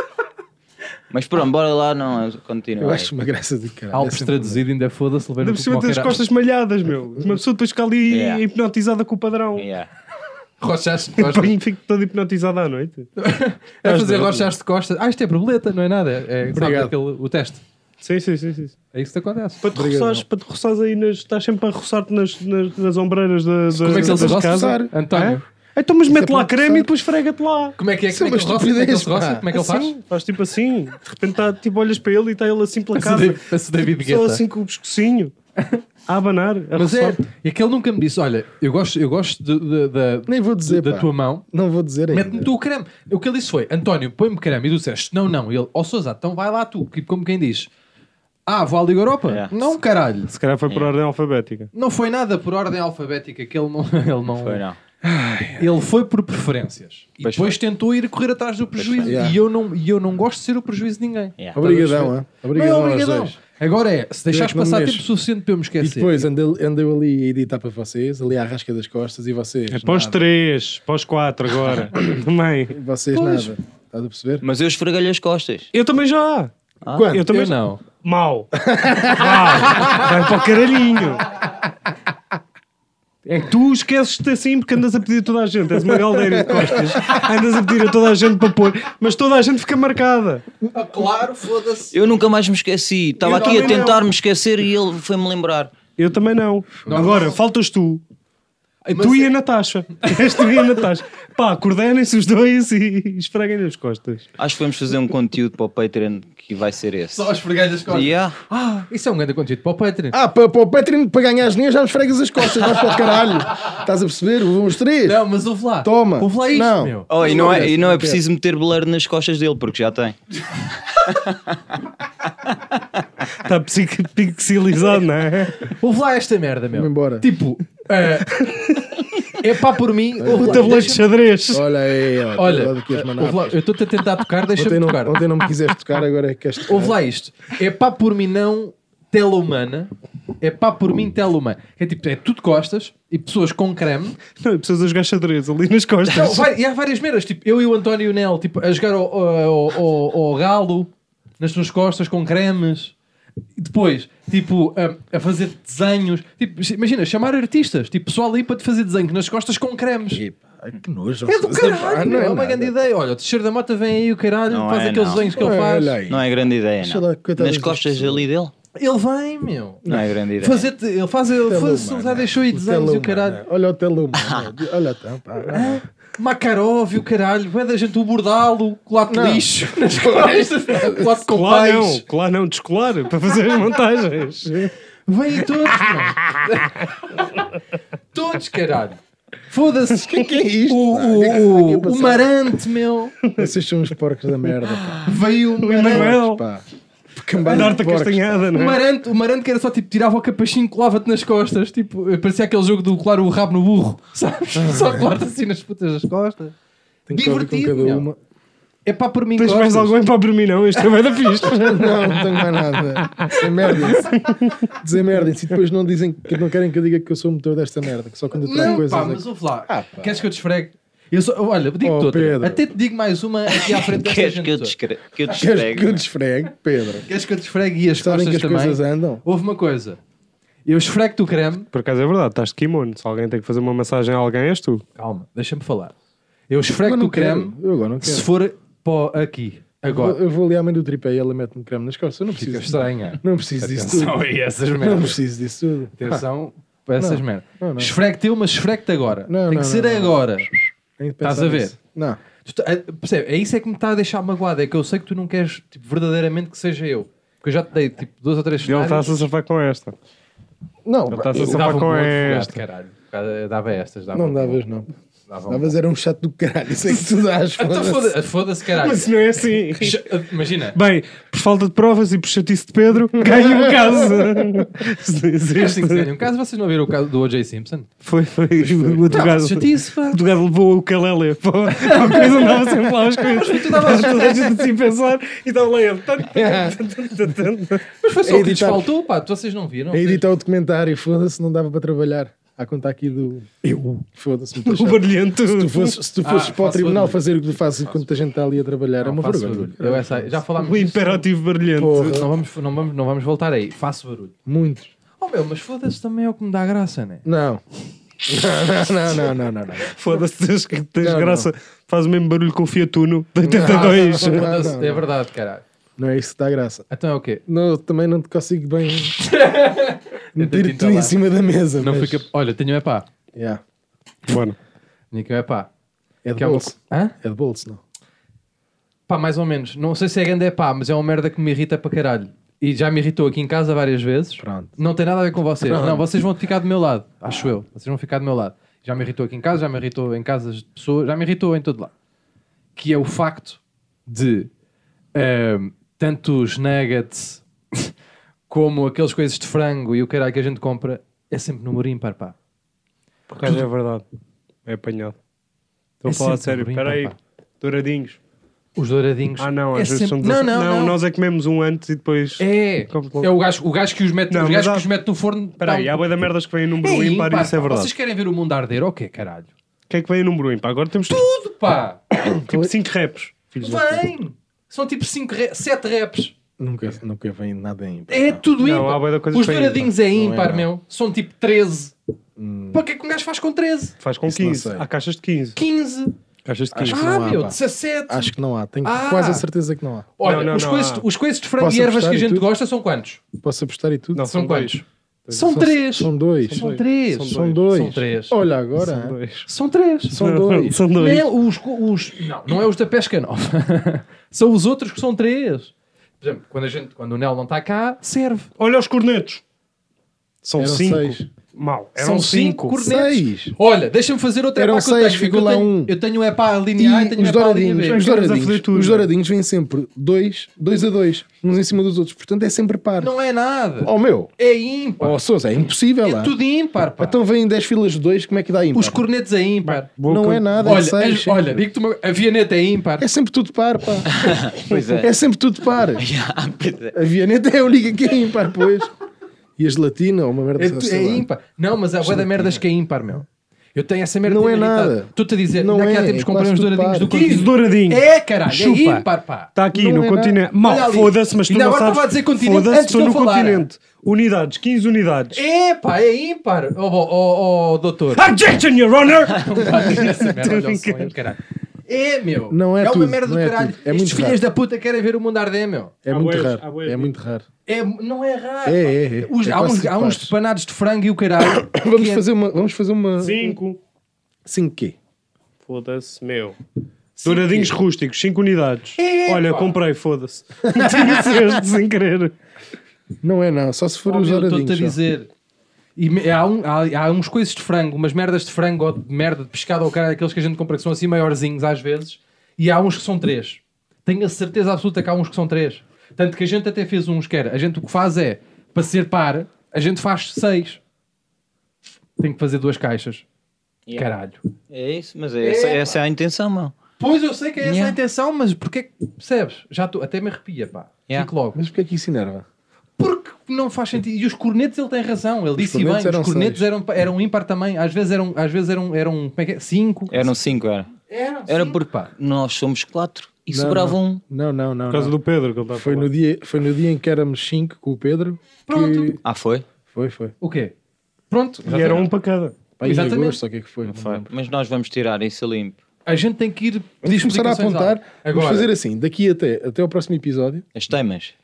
[SPEAKER 1] Mas pronto, bora lá, não, continua.
[SPEAKER 2] Eu
[SPEAKER 1] aí.
[SPEAKER 2] acho uma graça É de cara.
[SPEAKER 4] Alpes traduzido, ainda foda-se, levei
[SPEAKER 3] Ainda
[SPEAKER 4] no
[SPEAKER 3] por
[SPEAKER 4] cu
[SPEAKER 3] cima
[SPEAKER 4] qualquer
[SPEAKER 3] tens as
[SPEAKER 4] ar. É.
[SPEAKER 3] costas malhadas, meu. Uma pessoa depois fica ali
[SPEAKER 1] Yeah.
[SPEAKER 3] hipnotizada com o padrão.
[SPEAKER 1] Yeah.
[SPEAKER 4] Rochaste de costas.
[SPEAKER 3] Depois Fico toda hipnotizada à noite.
[SPEAKER 4] É
[SPEAKER 3] Estás
[SPEAKER 4] fazer
[SPEAKER 3] doido.
[SPEAKER 4] rochaste de costas. Ah, isto é borboleta, não é nada. É, é sabe,
[SPEAKER 2] Obrigado.
[SPEAKER 4] aquele, o teste.
[SPEAKER 3] Sim, sim, sim. sim.
[SPEAKER 4] É isso que acontece.
[SPEAKER 3] Para te
[SPEAKER 2] Obrigado,
[SPEAKER 3] roçares, para te roçares aí, nas, estás sempre a roçar-te nas, nas, nas ombreiras da, da,
[SPEAKER 4] Como é que ele se
[SPEAKER 3] das
[SPEAKER 4] roça?
[SPEAKER 3] casas.
[SPEAKER 2] roçar?
[SPEAKER 4] António,
[SPEAKER 3] Então, mas mete
[SPEAKER 2] para
[SPEAKER 3] lá
[SPEAKER 2] roçar.
[SPEAKER 3] creme e depois frega-te lá.
[SPEAKER 4] como é que é
[SPEAKER 2] Isso
[SPEAKER 4] como
[SPEAKER 2] é
[SPEAKER 4] é que ele
[SPEAKER 2] uma
[SPEAKER 4] roça? Como é que ele se
[SPEAKER 2] estupidez,
[SPEAKER 4] roça?
[SPEAKER 2] pá.
[SPEAKER 4] Como é que ele faz?
[SPEAKER 3] Assim, faz tipo assim. De repente tá, tipo, olhas para ele e está ele assim pela
[SPEAKER 4] Parece o
[SPEAKER 3] casa.
[SPEAKER 4] David- parece o David
[SPEAKER 3] Só
[SPEAKER 4] Guetta.
[SPEAKER 3] assim com o pescocinho. A abanar, a
[SPEAKER 4] Mas é,
[SPEAKER 3] roçar.
[SPEAKER 4] é que ele nunca me disse: olha, eu gosto, eu gosto de- de- da-
[SPEAKER 2] Nem vou dizer,
[SPEAKER 4] da
[SPEAKER 2] pá.
[SPEAKER 4] tua mão,
[SPEAKER 2] Não vou dizer
[SPEAKER 4] mete-me
[SPEAKER 2] ainda.
[SPEAKER 4] tu o creme. O que ele disse foi: António, põe-me creme. E tu disseste: não, não. E ele: ó Sousa, então vai lá tu. Tipo, Como quem diz: ah, vou à Liga Europa?
[SPEAKER 1] É.
[SPEAKER 4] Não, caralho.
[SPEAKER 3] Se calhar
[SPEAKER 4] É.
[SPEAKER 3] foi por ordem alfabética.
[SPEAKER 4] Não foi nada por ordem alfabética que ele não. Ele não,
[SPEAKER 1] Foi não.
[SPEAKER 4] Ele foi por preferências. E
[SPEAKER 1] Pois
[SPEAKER 4] depois tentou ir correr atrás do prejuízo.
[SPEAKER 2] Yeah.
[SPEAKER 4] E, eu não, e eu não gosto de ser o prejuízo de ninguém.
[SPEAKER 1] Yeah.
[SPEAKER 2] Obrigadão,
[SPEAKER 4] Estás
[SPEAKER 2] hã? Obrigadão
[SPEAKER 4] não é
[SPEAKER 2] aos
[SPEAKER 4] obrigadão.
[SPEAKER 2] dois.
[SPEAKER 4] Agora é, se
[SPEAKER 2] Eu é
[SPEAKER 4] deixares
[SPEAKER 2] que não me
[SPEAKER 4] passar
[SPEAKER 2] mexo.
[SPEAKER 4] tempo suficiente para eu me
[SPEAKER 2] E
[SPEAKER 4] esquecer.
[SPEAKER 2] depois andeu, andeu ali a editar para vocês, ali à rasca das costas, e vocês.
[SPEAKER 3] É para os
[SPEAKER 2] nada.
[SPEAKER 3] três, para os quatro agora. também.
[SPEAKER 2] E Vocês
[SPEAKER 4] Pois.
[SPEAKER 2] nada. Estás a perceber?
[SPEAKER 1] Mas eu esfreguei-lhe as costas.
[SPEAKER 3] Eu também já.
[SPEAKER 2] Quando?
[SPEAKER 3] Eu também
[SPEAKER 4] Ah, Eu não.
[SPEAKER 3] Mal. Vai para o caralhinho. É que tu esqueces-te assim porque andas a pedir a toda a gente. És uma galdeira de costas. Andas a pedir a toda a gente para pôr. Mas toda a gente fica marcada.
[SPEAKER 4] claro, foda-se.
[SPEAKER 1] Eu nunca mais me esqueci. Estava
[SPEAKER 3] Eu
[SPEAKER 1] aqui a
[SPEAKER 3] também não.
[SPEAKER 1] tentar me esquecer e ele foi-me lembrar.
[SPEAKER 3] Eu também não. Agora, faltas tu. tu e a Natasha. És tu e a Natasha. Pá, coordenem-se os dois e esfreguem-lhe as costas.
[SPEAKER 1] Acho que vamos fazer um conteúdo para o Patreon que vai ser esse.
[SPEAKER 4] Só esfregar as costas.
[SPEAKER 1] Yeah.
[SPEAKER 4] Ah, isso é um grande conteúdo para o Patreon.
[SPEAKER 2] Ah, para, para o Patreon, para ganhar as linhas, já me esfregas as costas, vais para o caralho. Estás a perceber? Os três.
[SPEAKER 4] Não, mas ouve lá.
[SPEAKER 2] Toma.
[SPEAKER 4] Ouve lá isto,
[SPEAKER 2] Não.
[SPEAKER 4] meu.
[SPEAKER 1] Oh, e não é, e não é
[SPEAKER 2] Não quero.
[SPEAKER 1] preciso meter blur nas costas dele, porque já tem.
[SPEAKER 3] Está psique- pixelizado, não é?
[SPEAKER 4] Ouve lá esta merda, meu.
[SPEAKER 2] Vamos embora.
[SPEAKER 4] Tipo, eh, É pá, por mim.
[SPEAKER 3] O tabuleiro de Então, xadrez.
[SPEAKER 2] Olha aí, ó,
[SPEAKER 4] Olha,
[SPEAKER 2] cuidado com as
[SPEAKER 4] ouve lá,
[SPEAKER 2] manapes.
[SPEAKER 4] eu estou-te a tentar tocar,
[SPEAKER 2] Ontem
[SPEAKER 4] deixa-me
[SPEAKER 2] não,
[SPEAKER 4] tocar.
[SPEAKER 2] ontem não me quiseste tocar, agora é que queres tocar.
[SPEAKER 4] Ouve lá isto. É pá por mim não tela humana. É pá por mim tela humana. É tipo, é tudo costas e pessoas com creme.
[SPEAKER 3] Não, precisas de jogar xadrez ali nas
[SPEAKER 4] Não,
[SPEAKER 3] costas.
[SPEAKER 4] vai- e há várias meras. Tipo, eu e o António e o Nel, tipo, a jogar ao, ao- ao- ao galo nas suas costas com cremes. E depois, tipo, a, a fazer desenhos. Tipo, imagina, chamar artistas. Tipo, pessoal ali para te fazer desenhos nas costas com cremes.
[SPEAKER 2] Epá, que nojo.
[SPEAKER 4] É do
[SPEAKER 2] Ah,
[SPEAKER 4] caralho,
[SPEAKER 2] não
[SPEAKER 4] meu, é uma
[SPEAKER 2] nada.
[SPEAKER 4] grande ideia. Olha, o Teixeira da Mota vem aí, o caralho,
[SPEAKER 1] Não
[SPEAKER 4] faz
[SPEAKER 1] é,
[SPEAKER 4] aqueles
[SPEAKER 1] não.
[SPEAKER 4] desenhos que ele faz.
[SPEAKER 2] Olha aí.
[SPEAKER 1] Não é grande ideia,
[SPEAKER 2] Deixa lá,
[SPEAKER 1] não.
[SPEAKER 2] coitadas
[SPEAKER 1] Nas
[SPEAKER 2] das
[SPEAKER 1] costas
[SPEAKER 2] pessoas.
[SPEAKER 1] ali dele,
[SPEAKER 4] Ele vem, meu.
[SPEAKER 1] não é grande ideia.
[SPEAKER 4] Fazer-te, ele faz, ele faz, ele já deixou aí desenhos e o
[SPEAKER 2] Telumana.
[SPEAKER 4] caralho.
[SPEAKER 2] Olha o Teluma. Olha a tampa. Ah,
[SPEAKER 4] Makarov e o caralho, vai da gente o bordalo, colado de
[SPEAKER 2] Não.
[SPEAKER 4] lixo nas costas, colado com
[SPEAKER 3] Colar não,
[SPEAKER 4] pais.
[SPEAKER 3] colar não, descolar, para fazer as montagens. é?
[SPEAKER 4] Vêm todos, mano. todos, caralho. Foda-se. O
[SPEAKER 2] que é isto?
[SPEAKER 4] O,
[SPEAKER 2] pá? O que é que-
[SPEAKER 4] o,
[SPEAKER 2] o que é que
[SPEAKER 4] o
[SPEAKER 2] passou?
[SPEAKER 4] Marante, meu.
[SPEAKER 2] Vocês são uns porcos da merda. Pá.
[SPEAKER 4] Veio o Marante.
[SPEAKER 3] Emanuel,
[SPEAKER 2] Pá.
[SPEAKER 3] dar-te a castanhada,
[SPEAKER 2] né?
[SPEAKER 4] O
[SPEAKER 3] não é?
[SPEAKER 4] Marante, o Marante que era só tipo, tirava o capachinho e colava-te nas costas. Tipo, parecia aquele jogo do colar o rabo no burro, sabes? Só colar-te assim nas putas das costas.
[SPEAKER 2] Ah. Tenho que ouvir com
[SPEAKER 4] Divertido,
[SPEAKER 2] cada
[SPEAKER 4] meu.
[SPEAKER 2] uma.
[SPEAKER 4] É pá, por mim,
[SPEAKER 3] Tens
[SPEAKER 4] costas.
[SPEAKER 3] mais alguém para abrir mim, não? Este é bem da pista.
[SPEAKER 2] Não, não tenho mais nada. Desemerdem-se. Desemerdem-se. E depois não dizem que não querem que eu diga que eu sou o motor desta merda. Que só quando eu trago
[SPEAKER 4] Não,
[SPEAKER 2] coisas.
[SPEAKER 4] pá,
[SPEAKER 2] é
[SPEAKER 4] mas
[SPEAKER 2] que-
[SPEAKER 4] ouve lá.
[SPEAKER 2] Ah, pá.
[SPEAKER 4] Queres que eu te esfregue? Eu só, olha, digo-te
[SPEAKER 2] Oh,
[SPEAKER 4] outra.
[SPEAKER 2] Pedro.
[SPEAKER 4] Até te digo mais uma aqui à frente desta
[SPEAKER 1] Queres
[SPEAKER 4] gente.
[SPEAKER 1] que eu
[SPEAKER 4] toda.
[SPEAKER 1] descre- que eu
[SPEAKER 2] Queres
[SPEAKER 4] é?
[SPEAKER 2] que
[SPEAKER 1] despregue?
[SPEAKER 2] eu desfregue, Pedro?
[SPEAKER 4] Queres que eu te esfregue e as
[SPEAKER 2] Sabem
[SPEAKER 4] costas
[SPEAKER 2] que as
[SPEAKER 4] também?
[SPEAKER 2] coisas andam?
[SPEAKER 4] Houve uma coisa. Eu esfrego-te o creme.
[SPEAKER 3] Por acaso é verdade, estás de kimono. Se alguém tem que fazer uma massagem a alguém, és tu.
[SPEAKER 4] Calma, deixa-me falar. Eu
[SPEAKER 2] Agora
[SPEAKER 4] esfrego-te
[SPEAKER 2] não
[SPEAKER 4] o creme
[SPEAKER 2] quero. Eu agora não
[SPEAKER 4] se
[SPEAKER 2] quero.
[SPEAKER 4] for pó aqui. Agora.
[SPEAKER 2] Eu vou ali à mãe do tripé e ela mete-me creme nas costas. Eu não
[SPEAKER 4] Fica
[SPEAKER 2] preciso.
[SPEAKER 4] estranha.
[SPEAKER 2] Não preciso disso tudo.
[SPEAKER 4] Atenção é a essas
[SPEAKER 2] Não
[SPEAKER 4] merdas.
[SPEAKER 2] preciso disso tudo.
[SPEAKER 4] Atenção a essas
[SPEAKER 2] Não,
[SPEAKER 4] merdas.
[SPEAKER 2] não, não.
[SPEAKER 4] Esfregue-te eu, mas esfregue-te agora.
[SPEAKER 2] Não,
[SPEAKER 4] Tem
[SPEAKER 2] não,
[SPEAKER 4] que ser
[SPEAKER 2] não, não.
[SPEAKER 4] agora.
[SPEAKER 2] Tenho que
[SPEAKER 4] Estás
[SPEAKER 2] pensar
[SPEAKER 4] a ver?
[SPEAKER 2] nisso. Não.
[SPEAKER 4] Tu tá- é, percebe? É isso é que me está a deixar magoado. É que eu sei que tu não queres tipo, verdadeiramente que seja eu. Porque eu já te dei tipo duas ou três
[SPEAKER 3] E ele
[SPEAKER 4] cenários.
[SPEAKER 3] está-se a safar com esta.
[SPEAKER 2] Não,
[SPEAKER 3] Ele
[SPEAKER 2] pá,
[SPEAKER 3] está-se a
[SPEAKER 4] Eu dava
[SPEAKER 3] safar
[SPEAKER 4] um
[SPEAKER 3] com
[SPEAKER 4] outro
[SPEAKER 3] esta.
[SPEAKER 4] gajo, caralho. Cada- Dava estas, dava
[SPEAKER 2] não
[SPEAKER 4] um
[SPEAKER 2] davas,
[SPEAKER 4] outro.
[SPEAKER 2] não.
[SPEAKER 4] Dava um
[SPEAKER 2] Davas era um chato do caralho. Isso é que tu dás.
[SPEAKER 4] Então
[SPEAKER 2] foda-se.
[SPEAKER 4] foda- foda-se, caralho.
[SPEAKER 3] Mas não é assim.
[SPEAKER 4] Já- Imagina.
[SPEAKER 3] Bem, por falta de provas e por chatice de Pedro, ganho o caso. Se não
[SPEAKER 4] Este
[SPEAKER 3] existe.
[SPEAKER 4] que tem um caso, vocês não viram o caso do O.J. Simpson?
[SPEAKER 3] Foi, foi. O outro
[SPEAKER 4] Pá,
[SPEAKER 3] gajo.
[SPEAKER 4] chatice, pá.
[SPEAKER 3] O outro gajo levou o Calele para para a coisa, andava sempre lá as coisas. Estava toda a gente assim a pensar e estava lá ele. Tan, tan, tan, tan.
[SPEAKER 4] Mas foi só o que lhes
[SPEAKER 2] É editar.
[SPEAKER 4] faltou, pá. Vocês não viram?
[SPEAKER 2] A editar o documentário, foda-se, não dava para trabalhar. A conta aqui do. Eu. Foda-se, muito
[SPEAKER 3] O
[SPEAKER 2] chato.
[SPEAKER 3] barulhento.
[SPEAKER 2] Se tu fosses, se tu
[SPEAKER 4] Ah,
[SPEAKER 2] fosses para o
[SPEAKER 4] faço
[SPEAKER 2] tribunal
[SPEAKER 4] barulho.
[SPEAKER 2] fazer o que tu fazes enquanto a gente está ali a trabalhar, é uma
[SPEAKER 4] Faço
[SPEAKER 2] vergonha.
[SPEAKER 4] barulho. Eu essa- já falámos
[SPEAKER 3] O
[SPEAKER 4] disso.
[SPEAKER 3] imperativo barulhento.
[SPEAKER 2] Porra,
[SPEAKER 4] Não vamos, não, vamos, não vamos voltar aí. Faço barulho.
[SPEAKER 2] muitos.
[SPEAKER 4] Oh meu, mas foda-se também é o que me dá graça, né?
[SPEAKER 2] Não. Não, não, não, não, não.
[SPEAKER 3] Foda-se, tens, tens
[SPEAKER 2] Não, não.
[SPEAKER 3] graça. Faz o mesmo barulho com o Fiat Uno de 82.
[SPEAKER 2] Não, não,
[SPEAKER 4] Ah, Foda-se,
[SPEAKER 2] não.
[SPEAKER 4] É verdade, caralho.
[SPEAKER 2] Não é isso que dá graça.
[SPEAKER 4] Então é o quê?
[SPEAKER 2] Não, também não te consigo bem meter
[SPEAKER 4] tinta
[SPEAKER 2] tudo
[SPEAKER 4] lá.
[SPEAKER 2] em cima da mesa.
[SPEAKER 4] Não
[SPEAKER 2] mas...
[SPEAKER 4] fica... Olha, tenho um epá.
[SPEAKER 2] Yeah.
[SPEAKER 3] Bora.
[SPEAKER 4] Tenho aqui um epá.
[SPEAKER 2] É de
[SPEAKER 4] Que é uma...
[SPEAKER 2] bolso.
[SPEAKER 4] Hã?
[SPEAKER 2] É de bolso, não.
[SPEAKER 4] Pá, mais ou menos. Não sei se é grande é pá, mas é uma merda que me irrita para caralho. E já me irritou aqui em casa várias vezes.
[SPEAKER 2] Pronto.
[SPEAKER 4] Não tem nada a ver com vocês. Não, vocês vão ficar do meu lado. Acho eu. Vocês vão ficar do meu lado. Já me irritou aqui em casa, já me irritou em casas de pessoas, já me irritou em todo lado. Que é o facto de ehm, tanto os nuggets como aquelas coisas de frango e o caralho que a gente compra é sempre número ímpar, pá.
[SPEAKER 3] Por acaso é verdade. É apanhado. Estou
[SPEAKER 4] É
[SPEAKER 3] a falar a
[SPEAKER 4] sempre
[SPEAKER 3] sério.
[SPEAKER 4] ruim,
[SPEAKER 3] Espera aí.
[SPEAKER 4] pá,
[SPEAKER 3] Douradinhos.
[SPEAKER 4] Os douradinhos.
[SPEAKER 3] Ah, não, às
[SPEAKER 4] é
[SPEAKER 3] vezes
[SPEAKER 4] sempre-
[SPEAKER 3] são
[SPEAKER 4] não, não, não.
[SPEAKER 3] Nós é que comemos um antes e depois.
[SPEAKER 4] É,
[SPEAKER 3] Come logo.
[SPEAKER 4] é o gajo, o gajo que os mete,
[SPEAKER 3] Não,
[SPEAKER 4] os
[SPEAKER 3] mas
[SPEAKER 4] gajos
[SPEAKER 3] há-
[SPEAKER 4] que os mete no forno.
[SPEAKER 3] Espera aí,
[SPEAKER 4] dá
[SPEAKER 3] há
[SPEAKER 4] um-
[SPEAKER 3] boi da merdas que vem em número
[SPEAKER 4] É
[SPEAKER 3] ímpar e isso é
[SPEAKER 4] pá.
[SPEAKER 3] verdade.
[SPEAKER 4] Vocês querem ver o mundo arder? O quê, caralho?
[SPEAKER 3] O que é que vem em número ímpar? Agora temos tipo
[SPEAKER 4] Tudo, pá.
[SPEAKER 3] 5 reps. Tipo filhos da puta.
[SPEAKER 4] Vem! São tipo 7 reps.
[SPEAKER 2] Nunca, nunca vem nada em.
[SPEAKER 4] É tudo
[SPEAKER 3] Não, há bué
[SPEAKER 4] ímpar.
[SPEAKER 3] de coisas
[SPEAKER 4] Os
[SPEAKER 3] que é
[SPEAKER 4] douradinhos é ímpar,
[SPEAKER 2] Não é, Hum.
[SPEAKER 4] meu. São tipo 13. Para que é que um gajo faz com 13?
[SPEAKER 3] Faz com
[SPEAKER 2] Isso não
[SPEAKER 3] 15.
[SPEAKER 2] sei.
[SPEAKER 3] Há caixas de 15.
[SPEAKER 4] 15.
[SPEAKER 3] Caixas de 15.
[SPEAKER 2] que não
[SPEAKER 4] Ah,
[SPEAKER 2] há,
[SPEAKER 4] meu,
[SPEAKER 2] pá.
[SPEAKER 4] 17.
[SPEAKER 2] Acho que não há. Tenho
[SPEAKER 4] Ah!
[SPEAKER 2] quase a certeza que não há.
[SPEAKER 4] Olha,
[SPEAKER 3] Não, não,
[SPEAKER 4] os,
[SPEAKER 3] não
[SPEAKER 4] coices,
[SPEAKER 3] há.
[SPEAKER 4] os coices de frango
[SPEAKER 2] Posso
[SPEAKER 4] e ervas que a
[SPEAKER 2] apostar e
[SPEAKER 4] gente
[SPEAKER 2] tudo?
[SPEAKER 4] gosta são quantos?
[SPEAKER 2] Posso apostar e tudo?
[SPEAKER 3] Não,
[SPEAKER 4] São
[SPEAKER 3] são dois.
[SPEAKER 4] quantos? São 3.
[SPEAKER 2] São dois.
[SPEAKER 4] São 3.
[SPEAKER 2] São dois.
[SPEAKER 4] São três.
[SPEAKER 2] Olha agora.
[SPEAKER 3] São
[SPEAKER 2] hein?
[SPEAKER 3] dois.
[SPEAKER 4] São 3.
[SPEAKER 2] São dois.
[SPEAKER 3] São dois.
[SPEAKER 4] Não, os, os- não, não é os da pesca nova. são os outros que são três. Por exemplo, tá quando, a gente, quando o Nel não está cá, serve.
[SPEAKER 3] Olha os cornetos. São
[SPEAKER 2] Eram
[SPEAKER 3] 5.
[SPEAKER 2] seis.
[SPEAKER 3] mal. Eram
[SPEAKER 4] São
[SPEAKER 3] cinco.
[SPEAKER 4] cinco cornetos.
[SPEAKER 2] Seis.
[SPEAKER 4] Olha, deixa-me fazer outra
[SPEAKER 2] Eram
[SPEAKER 4] epá que eu tenho.
[SPEAKER 2] seis,
[SPEAKER 4] que eu
[SPEAKER 2] ficou lá
[SPEAKER 4] tenho-
[SPEAKER 2] um.
[SPEAKER 4] Eu tenho um epá a
[SPEAKER 2] E
[SPEAKER 4] linha A e tenho um
[SPEAKER 2] os
[SPEAKER 4] epá a linha
[SPEAKER 2] douradinhos, os
[SPEAKER 4] B.
[SPEAKER 3] Estamos a fazer
[SPEAKER 2] douradinhos,
[SPEAKER 3] tudo,
[SPEAKER 2] os
[SPEAKER 3] não é?
[SPEAKER 2] douradinhos vêm sempre dois, dois a dois, uns em cima dos outros, portanto é sempre par.
[SPEAKER 4] Não é nada.
[SPEAKER 2] Oh meu,
[SPEAKER 4] É ímpar.
[SPEAKER 2] oh Sousa, é impossível lá.
[SPEAKER 4] É tudo ímpar, pá.
[SPEAKER 2] Então vêm 10 filas de dois, como é que dá ímpar?
[SPEAKER 4] Os cornetos é ímpar.
[SPEAKER 3] Vou
[SPEAKER 2] Não
[SPEAKER 3] com-
[SPEAKER 2] é nada, é
[SPEAKER 4] Olha,
[SPEAKER 2] seis.
[SPEAKER 4] as- olha digo-te uma A vianeta é ímpar.
[SPEAKER 2] É sempre tudo par, pá.
[SPEAKER 1] Pois é.
[SPEAKER 2] É sempre tudo par.
[SPEAKER 1] Ah, pois é.
[SPEAKER 2] A Vianeta é a única que é ímpar, pois. E a gelatina, uma merda
[SPEAKER 4] É,
[SPEAKER 2] só,
[SPEAKER 4] tu-
[SPEAKER 2] sei
[SPEAKER 4] é
[SPEAKER 2] lá.
[SPEAKER 4] ímpar. Não, mas há bué da merdas que é ímpar, meu. Eu tenho essa merda
[SPEAKER 2] Não
[SPEAKER 4] de
[SPEAKER 2] é
[SPEAKER 4] irritado.
[SPEAKER 2] nada.
[SPEAKER 4] Estou-te a dizer,
[SPEAKER 2] Não
[SPEAKER 4] ainda
[SPEAKER 2] é,
[SPEAKER 4] cá temos
[SPEAKER 2] é
[SPEAKER 4] que comprar
[SPEAKER 2] quase
[SPEAKER 4] os
[SPEAKER 2] tudo
[SPEAKER 4] douradinhos
[SPEAKER 2] par.
[SPEAKER 4] do
[SPEAKER 3] 15
[SPEAKER 4] continente.
[SPEAKER 3] douradinhos.
[SPEAKER 4] É, caralho,
[SPEAKER 3] Chupa.
[SPEAKER 4] é ímpar, pá.
[SPEAKER 3] Está Tá aqui
[SPEAKER 2] Não
[SPEAKER 3] no
[SPEAKER 2] é
[SPEAKER 3] continente.
[SPEAKER 2] nada.
[SPEAKER 4] Olha
[SPEAKER 3] Mal,
[SPEAKER 4] ali.
[SPEAKER 3] foda-se, mas tu
[SPEAKER 4] Ainda
[SPEAKER 3] não
[SPEAKER 4] agora
[SPEAKER 3] sabes.
[SPEAKER 4] estava a dizer continente
[SPEAKER 3] Foda-se,
[SPEAKER 4] antes de
[SPEAKER 3] estou no
[SPEAKER 4] eu falar.
[SPEAKER 3] continente. Unidades, 15 unidades.
[SPEAKER 4] É, pá, é ímpar. Oh, oh, oh, oh, doutor.
[SPEAKER 2] Ah!
[SPEAKER 3] Objection, Your Honor!
[SPEAKER 4] Essa merda, olha o som,
[SPEAKER 3] brincando.
[SPEAKER 4] caralho. É, meu.
[SPEAKER 2] Não é
[SPEAKER 4] uma
[SPEAKER 2] tudo,
[SPEAKER 4] merda
[SPEAKER 2] não
[SPEAKER 4] do
[SPEAKER 2] é
[SPEAKER 4] caralho.
[SPEAKER 2] tudo. É muito
[SPEAKER 4] Estes filhos
[SPEAKER 2] raro.
[SPEAKER 4] da puta querem ver o mundo arder, meu.
[SPEAKER 2] É
[SPEAKER 3] Há
[SPEAKER 2] muito
[SPEAKER 3] boias,
[SPEAKER 4] ah,
[SPEAKER 3] há
[SPEAKER 2] raro.
[SPEAKER 3] boias,
[SPEAKER 2] É
[SPEAKER 3] tipo.
[SPEAKER 2] muito raro.
[SPEAKER 4] É, não é raro.
[SPEAKER 2] É,
[SPEAKER 4] pá.
[SPEAKER 2] é, é.
[SPEAKER 4] Os-
[SPEAKER 2] É
[SPEAKER 4] há,
[SPEAKER 2] quase
[SPEAKER 4] uns,
[SPEAKER 2] tudo
[SPEAKER 4] há uns
[SPEAKER 2] par.
[SPEAKER 4] depanados de frango e o caralho.
[SPEAKER 2] Vamos
[SPEAKER 4] que é-
[SPEAKER 2] fazer uma. Vamos fazer uma.
[SPEAKER 3] 5.
[SPEAKER 2] 5 quê?
[SPEAKER 3] Foda-se, meu. Douradinhos rústicos, 5 unidades.
[SPEAKER 4] Epa!
[SPEAKER 3] Olha, comprei, foda-se. Tinha cesto sem querer.
[SPEAKER 2] Não é, não. Só se for
[SPEAKER 4] Oh,
[SPEAKER 2] os
[SPEAKER 4] meu, Estou-te a
[SPEAKER 2] douradinhos. só.
[SPEAKER 4] dizer. E me- há, um- há- há uns coisas de frango, umas merdas de frango ou de merda de pescado ou caralho, aqueles que a gente compra que são assim maiorzinhos às vezes. E há uns que são três. Tenho a certeza absoluta que há uns que são três. Tanto que a gente até fez uns que era. A gente o que faz é, para ser par, a gente faz seis. Tem que fazer duas caixas.
[SPEAKER 1] Yeah.
[SPEAKER 4] Caralho.
[SPEAKER 1] É isso, mas é essa,
[SPEAKER 4] É, pá.
[SPEAKER 1] essa é a intenção, mano.
[SPEAKER 4] Pois eu sei que é essa a
[SPEAKER 1] Yeah.
[SPEAKER 4] intenção, mas porque é que percebes? Já tô, até me arrepia, pá.
[SPEAKER 1] Yeah.
[SPEAKER 4] Fico logo.
[SPEAKER 2] Mas porquê é que isso enerva?
[SPEAKER 4] Porque não faz sentido. E os cornetos ele tem razão, ele disse bem.
[SPEAKER 2] cornetos eram
[SPEAKER 4] Os cornetos
[SPEAKER 2] seis.
[SPEAKER 4] eram, eram ímpar também, às vezes eram, às vezes eram, eram como é que é? Cinco.
[SPEAKER 1] Eram cinco, era.
[SPEAKER 4] Eram
[SPEAKER 1] Era
[SPEAKER 4] cinco,
[SPEAKER 1] porque
[SPEAKER 4] pá.
[SPEAKER 1] nós somos quatro e
[SPEAKER 2] Não,
[SPEAKER 1] sobrava
[SPEAKER 2] não.
[SPEAKER 1] um.
[SPEAKER 2] Não, não, não.
[SPEAKER 3] Por causa
[SPEAKER 2] não.
[SPEAKER 3] do Pedro que ele está a
[SPEAKER 2] Foi,
[SPEAKER 3] falar.
[SPEAKER 2] no dia, foi no dia em que éramos 5 com o Pedro.
[SPEAKER 4] Pronto.
[SPEAKER 2] Que...
[SPEAKER 1] Ah, foi?
[SPEAKER 2] Foi, foi.
[SPEAKER 4] O quê? Pronto.
[SPEAKER 3] E era um para cada.
[SPEAKER 2] Pá, em
[SPEAKER 4] Exatamente.
[SPEAKER 2] agosto, só o que é que foi? não
[SPEAKER 1] Foi.
[SPEAKER 2] lembro.
[SPEAKER 1] Mas nós vamos tirar isso a limpo.
[SPEAKER 4] A gente tem que ir pedir
[SPEAKER 2] Vamos começar a
[SPEAKER 4] explicações
[SPEAKER 2] apontar.
[SPEAKER 4] algo.
[SPEAKER 2] Vamos
[SPEAKER 4] Agora,
[SPEAKER 2] fazer assim, daqui até, até ao próximo episódio.
[SPEAKER 1] As temas.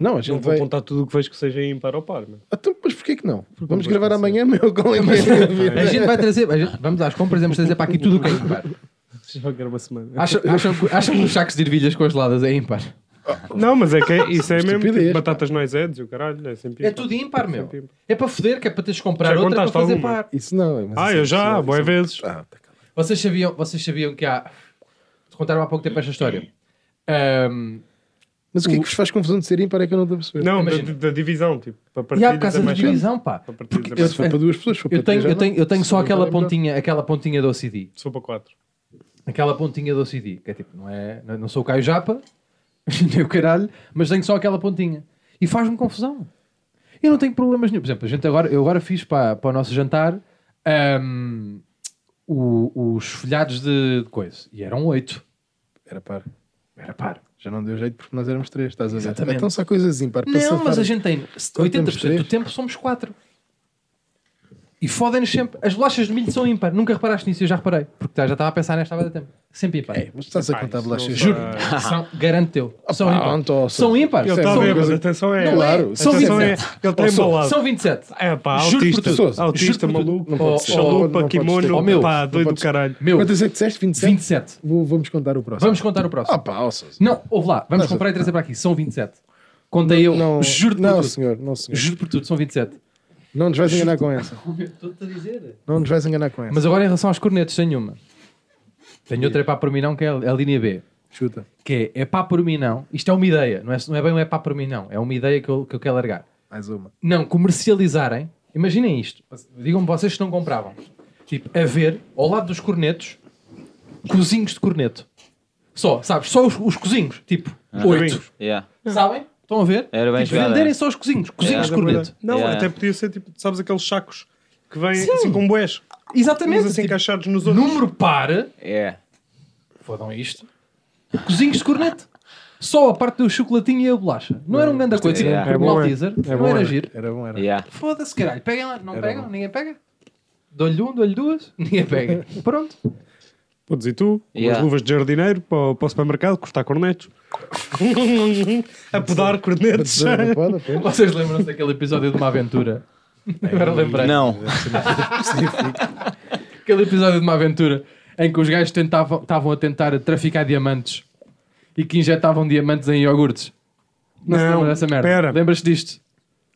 [SPEAKER 2] Não, a
[SPEAKER 3] É, Não
[SPEAKER 2] gente
[SPEAKER 3] vou
[SPEAKER 2] vai.
[SPEAKER 3] apontar tudo o que vejo que seja ímpar ao par. meu.
[SPEAKER 2] Então, mas porquê que não? Vamos gravar amanhã, meu. Qual é a minha vida?
[SPEAKER 4] a gente vai trazer, a gente- vamos às compras, vamos trazer para aqui tudo o que é ímpar.
[SPEAKER 3] Já que era uma semana.
[SPEAKER 4] Acham, acham, que- acham que os sacos de ervilhas congeladas é ímpar?
[SPEAKER 3] Não, mas é que é- isso é mesmo.
[SPEAKER 2] Estupidez,
[SPEAKER 3] Tipo, batatas noiseds e o caralho. É, sempre
[SPEAKER 4] É
[SPEAKER 3] ímpar.
[SPEAKER 4] tudo ímpar, meu.
[SPEAKER 3] Sempre ímpar.
[SPEAKER 4] É para foder, que é para teres que comprar
[SPEAKER 3] Já
[SPEAKER 4] outra para
[SPEAKER 3] contaste
[SPEAKER 4] fazer
[SPEAKER 3] alguma?
[SPEAKER 4] par.
[SPEAKER 2] Isso não. mas
[SPEAKER 3] Ah,
[SPEAKER 4] assim,
[SPEAKER 2] isso é
[SPEAKER 3] eu já,
[SPEAKER 2] impossível.
[SPEAKER 3] boas vezes.
[SPEAKER 2] Ah, tá calado.
[SPEAKER 4] Vocês sabiam, vocês sabiam que há. Contaram há pouco tempo esta história. Ahm,
[SPEAKER 2] Mas o que é que vos faz confusão de ser ímpar é que eu não estou a perceber.
[SPEAKER 3] Não, da,
[SPEAKER 4] Imagina.
[SPEAKER 3] da divisão, tipo, para
[SPEAKER 4] e há
[SPEAKER 3] partir
[SPEAKER 4] por causa da divisão, pá.
[SPEAKER 3] Para partidas
[SPEAKER 4] Porque
[SPEAKER 3] é
[SPEAKER 4] eu,
[SPEAKER 3] mais
[SPEAKER 2] Se for para duas pessoas, se for
[SPEAKER 4] eu
[SPEAKER 2] para três,
[SPEAKER 4] tenho,
[SPEAKER 2] já
[SPEAKER 4] eu
[SPEAKER 2] não.
[SPEAKER 4] tenho, eu tenho
[SPEAKER 2] Se
[SPEAKER 4] só
[SPEAKER 2] for para
[SPEAKER 4] aquela
[SPEAKER 2] melhor.
[SPEAKER 4] pontinha, aquela pontinha do OCD.
[SPEAKER 3] Sou para quatro.
[SPEAKER 4] Aquela pontinha do OCD. Que é tipo, não, é, não não sou o Caio Japa, nem o caralho, mas tenho só aquela pontinha. E faz-me confusão. Eu não tenho problemas nenhum. Por exemplo, a gente agora, eu agora fiz para, para o nosso jantar ahm, o- os folhados de, de coisa. E eram oito.
[SPEAKER 2] Era par.
[SPEAKER 4] Era par.
[SPEAKER 2] Já não deu jeito porque nós éramos três, estás a ver?
[SPEAKER 4] Exatamente.
[SPEAKER 2] Então só coisas ímpar. para
[SPEAKER 4] Não,
[SPEAKER 2] safar.
[SPEAKER 4] mas a gente tem 80% do
[SPEAKER 2] três?
[SPEAKER 4] tempo somos 4. E fodem-nos sempre. As bolachas de milho são ímpar. Nunca reparaste nisso, eu já reparei. Porque tá- já estava a pensar nesta há de tempo. Sempre ímpar.
[SPEAKER 2] É, mas estás a
[SPEAKER 3] Pá,
[SPEAKER 2] contar
[SPEAKER 3] isso
[SPEAKER 2] bolachas.
[SPEAKER 3] não
[SPEAKER 4] Juro.
[SPEAKER 3] Ah.
[SPEAKER 4] São, garanto teu. São
[SPEAKER 2] pá,
[SPEAKER 4] ímpar.
[SPEAKER 2] António.
[SPEAKER 4] São ímpar.
[SPEAKER 3] Ele
[SPEAKER 2] Isso é
[SPEAKER 3] está
[SPEAKER 4] São-
[SPEAKER 2] uma
[SPEAKER 3] bem, mas
[SPEAKER 2] coisa-
[SPEAKER 3] atenção é.
[SPEAKER 4] Não é.
[SPEAKER 2] Claro.
[SPEAKER 4] São
[SPEAKER 3] Atenção é.
[SPEAKER 4] 27.
[SPEAKER 3] Ele está
[SPEAKER 4] Ou são-
[SPEAKER 3] embalado.
[SPEAKER 4] São 27.
[SPEAKER 3] É pá,
[SPEAKER 4] Juro por
[SPEAKER 3] autista.
[SPEAKER 4] tudo.
[SPEAKER 2] Sousa,
[SPEAKER 3] Autista
[SPEAKER 4] juro por tudo.
[SPEAKER 3] maluco.
[SPEAKER 2] Não pode
[SPEAKER 4] Oh,
[SPEAKER 2] ser.
[SPEAKER 4] oh,
[SPEAKER 2] Não
[SPEAKER 3] Chalupa,
[SPEAKER 2] pode
[SPEAKER 3] kimono,
[SPEAKER 2] ser.
[SPEAKER 4] Oh, meu.
[SPEAKER 3] pá, doido do
[SPEAKER 2] pode ser.
[SPEAKER 3] caralho.
[SPEAKER 4] Meu,
[SPEAKER 2] Quantas é que disseste? 27?
[SPEAKER 4] 27.
[SPEAKER 2] Vou- vamos contar o próximo.
[SPEAKER 4] Vamos contar o próximo.
[SPEAKER 2] Ah, pá, ó, Sousa.
[SPEAKER 4] Não, ouve lá. Vamos comprar e trazer para aqui. São 27. Conta eu.
[SPEAKER 2] Não,
[SPEAKER 4] Juro por
[SPEAKER 2] não
[SPEAKER 4] tudo.
[SPEAKER 2] senhor, não, senhor.
[SPEAKER 4] Juro por tudo. São 27.
[SPEAKER 2] Não nos vais enganar com essa.
[SPEAKER 4] Estou-te a dizer.
[SPEAKER 2] Não nos vais enganar com essa.
[SPEAKER 4] É Mas agora em relação aos cornetos, tenho uma. Tenho outra epá por mim não, que é a linha B.
[SPEAKER 2] Chuta.
[SPEAKER 4] que é é pá por mim não. Isto é uma ideia, não é, não é bem um é pá por mim não, é uma ideia que eu, que eu quero largar.
[SPEAKER 2] Mais uma.
[SPEAKER 4] Não, comercializarem, imaginem isto, digam-me vocês que não compravam. Tipo, a ver, ao lado dos cornetos, cozinhos de corneto. Só, sabes, só os, os cozinhos, tipo, oito.
[SPEAKER 1] Yeah.
[SPEAKER 4] Sabem? Estão a ver?
[SPEAKER 1] Ah. Era bem
[SPEAKER 4] Tipo,
[SPEAKER 1] jogada.
[SPEAKER 4] venderem só os cozinhos, cozinhos de corneto.
[SPEAKER 3] É, Não,
[SPEAKER 1] Yeah.
[SPEAKER 3] até podia ser tipo, sabes aqueles sacos que vêm assim com boés. Mas
[SPEAKER 4] Exatamente.
[SPEAKER 3] assim
[SPEAKER 4] tipo,
[SPEAKER 3] encaixados nos outros.
[SPEAKER 4] número par,
[SPEAKER 1] É.
[SPEAKER 4] fodam isto, cozinhos de corneto. Só a parte do chocolatinho e a bolacha. Não era um grande coisa, tipo,
[SPEAKER 1] é,
[SPEAKER 4] um
[SPEAKER 3] é bom, é.
[SPEAKER 4] Malteser,
[SPEAKER 3] É
[SPEAKER 4] não
[SPEAKER 3] bom,
[SPEAKER 4] era
[SPEAKER 3] é.
[SPEAKER 4] giro.
[SPEAKER 2] Era bom, era.
[SPEAKER 1] Yeah.
[SPEAKER 4] Foda-se, caralho. Peguem lá. Não
[SPEAKER 2] Era
[SPEAKER 4] pegam?
[SPEAKER 2] bom.
[SPEAKER 4] Ninguém pega? Dou-lhe um, dou-lhe duas? Ninguém pega. Pronto.
[SPEAKER 3] Podes ir tu,
[SPEAKER 1] Yeah.
[SPEAKER 3] umas luvas de jardineiro para, o- para o supermercado, cortar cornetos. a podar cornetos.
[SPEAKER 2] Dizer, não pode, pois.
[SPEAKER 4] Vocês lembram-se daquele episódio de uma aventura?
[SPEAKER 3] É.
[SPEAKER 4] Agora lembrei.
[SPEAKER 1] Não.
[SPEAKER 4] Aquele episódio de uma aventura em que os gajos tentavam, estavam a tentar traficar diamantes e que injetavam diamantes em iogurtes. Não, se
[SPEAKER 3] Não,
[SPEAKER 4] lembra dessa merda?
[SPEAKER 3] pera.
[SPEAKER 4] Lembras-te disto?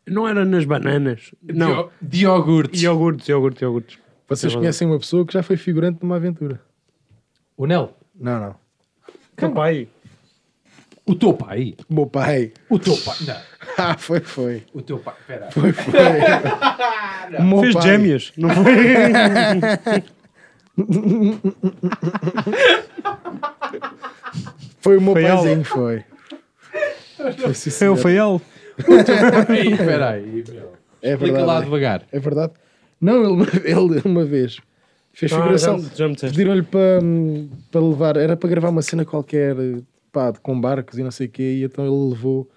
[SPEAKER 3] Não era nas bananas. Não.
[SPEAKER 4] De, de iogurtes.
[SPEAKER 3] Iogurtes, iogurtes, iogurtes.
[SPEAKER 2] Vocês
[SPEAKER 3] Sim,
[SPEAKER 2] conhecem uma pessoa que já foi figurante numa aventura?
[SPEAKER 4] O Nel.
[SPEAKER 2] Não, não.
[SPEAKER 3] Teu pai.
[SPEAKER 4] O teu pai.
[SPEAKER 2] O meu pai.
[SPEAKER 4] O teu pai. Não.
[SPEAKER 2] Ah, foi, foi.
[SPEAKER 4] O teu pai. Espera.
[SPEAKER 2] Foi, foi. O meu
[SPEAKER 3] Fez
[SPEAKER 2] pai.
[SPEAKER 3] gêmeas. Não foi?
[SPEAKER 2] Foi o meu
[SPEAKER 3] Foi
[SPEAKER 2] paizinho, foi. Foi, sim,
[SPEAKER 3] Foi
[SPEAKER 2] senhor.
[SPEAKER 3] eu, foi ele.
[SPEAKER 4] Ei, Espera aí. meu.
[SPEAKER 2] É
[SPEAKER 4] Explica
[SPEAKER 2] verdade.
[SPEAKER 4] lá devagar.
[SPEAKER 2] É verdade? Não, ele, uma- ele uma vez fez figuração.
[SPEAKER 3] Ah, já, já me disseste.
[SPEAKER 2] Pediram-lhe para, hum, para levar, era para gravar uma cena qualquer, pá, de- com barcos e não sei o quê, e então ele levou.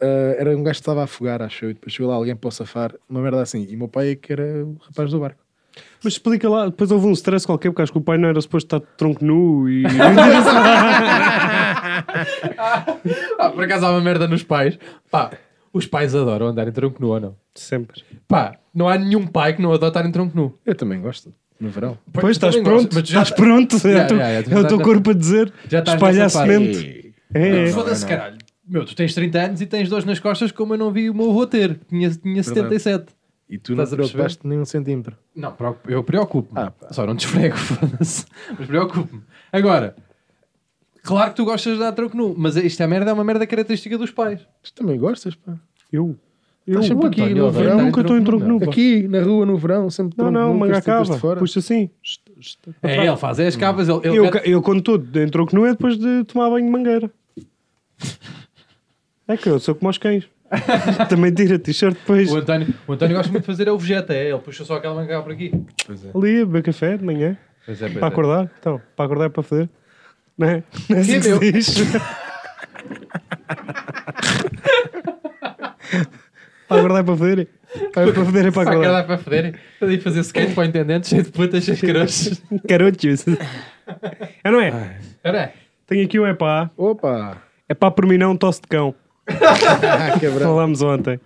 [SPEAKER 2] ah, era um gajo que estava a afogar, acho eu, e depois chegou lá alguém para o safar, uma merda assim. E o meu pai é que era o rapaz do barco.
[SPEAKER 3] Mas explica lá, depois houve um stress qualquer, porque acho que o pai não era suposto estar de tronco nu e.
[SPEAKER 4] Ah, por acaso há uma merda nos pais. Pá, os pais adoram andar em tronco nu ou não?
[SPEAKER 3] Sempre.
[SPEAKER 4] Pá, não há nenhum pai que não adota estar em tronco nu.
[SPEAKER 2] Eu também gosto, no verão.
[SPEAKER 3] Pois
[SPEAKER 4] Tu
[SPEAKER 3] estás
[SPEAKER 4] também gostas,
[SPEAKER 3] pronto,
[SPEAKER 4] mas já
[SPEAKER 3] estás pronto.
[SPEAKER 4] Yeah,
[SPEAKER 3] é o teu-
[SPEAKER 4] yeah, yeah,
[SPEAKER 3] é
[SPEAKER 4] já
[SPEAKER 3] o teu
[SPEAKER 4] tá-
[SPEAKER 3] corpo a dizer
[SPEAKER 4] já estás
[SPEAKER 3] espalhar
[SPEAKER 4] nessa parte.
[SPEAKER 3] semente. É, é.
[SPEAKER 4] Foda-se, caralho. Meu, tu tens 30 anos e tens dois nas costas, como eu não vi o meu avô ter. Tinha, tinha 77.
[SPEAKER 2] E tu não
[SPEAKER 4] Estás
[SPEAKER 2] te
[SPEAKER 4] a perceber?
[SPEAKER 2] preocupaste nem um centímetro.
[SPEAKER 4] Não, preocup- eu preocupo-me.
[SPEAKER 2] Ah, pá.
[SPEAKER 4] Só não desfrego, foda-se. Mas preocupo-me. Agora, claro que tu gostas de dar troco nu, mas isto é merda, é uma merda característica dos pais.
[SPEAKER 2] Tu também gostas, pá.
[SPEAKER 3] Eu.
[SPEAKER 2] Estás sempre aqui
[SPEAKER 4] António,
[SPEAKER 2] no
[SPEAKER 4] odeio
[SPEAKER 2] verão.
[SPEAKER 4] estar
[SPEAKER 3] nunca estou em tronco nu. pá.
[SPEAKER 2] Aqui na rua no verão, sempre
[SPEAKER 3] Não,
[SPEAKER 2] tronco
[SPEAKER 3] não,
[SPEAKER 2] nu, com
[SPEAKER 3] uma
[SPEAKER 2] as tripas de
[SPEAKER 3] acaba.
[SPEAKER 2] fora.
[SPEAKER 3] Puxa assim.
[SPEAKER 4] É, ele faz, é as cavas, ele, ele
[SPEAKER 3] Eu,
[SPEAKER 4] mete-
[SPEAKER 3] ca- eu quando estou em tronco nu é depois de tomar banho de mangueira. É que eu sou como os cães. Também tira t-shirt depois.
[SPEAKER 4] O António, o António gosta muito de fazer é o vegeta, é, ele puxa só aquela manga por aqui.
[SPEAKER 3] Ali a beber café de manhã.
[SPEAKER 4] Pois é, pois
[SPEAKER 3] Para
[SPEAKER 4] é.
[SPEAKER 3] acordar? Então, para acordar é para fazer. Não é? Não é assim
[SPEAKER 4] Sim,
[SPEAKER 3] que
[SPEAKER 4] meu.
[SPEAKER 3] se diz. para acordar é para fazer. Para para fazer é para
[SPEAKER 4] Para
[SPEAKER 3] acordar.
[SPEAKER 4] acordar para foder, ali fazer skate para o intendente, cheio de putas, cheio de caroços.
[SPEAKER 3] Carotos. um É não é?
[SPEAKER 4] Era,
[SPEAKER 3] Tenho aqui um é pá.
[SPEAKER 2] Opa!
[SPEAKER 3] É pá por mim não, tosse de cão.
[SPEAKER 2] Ah, que bravo,
[SPEAKER 3] Falámos ontem.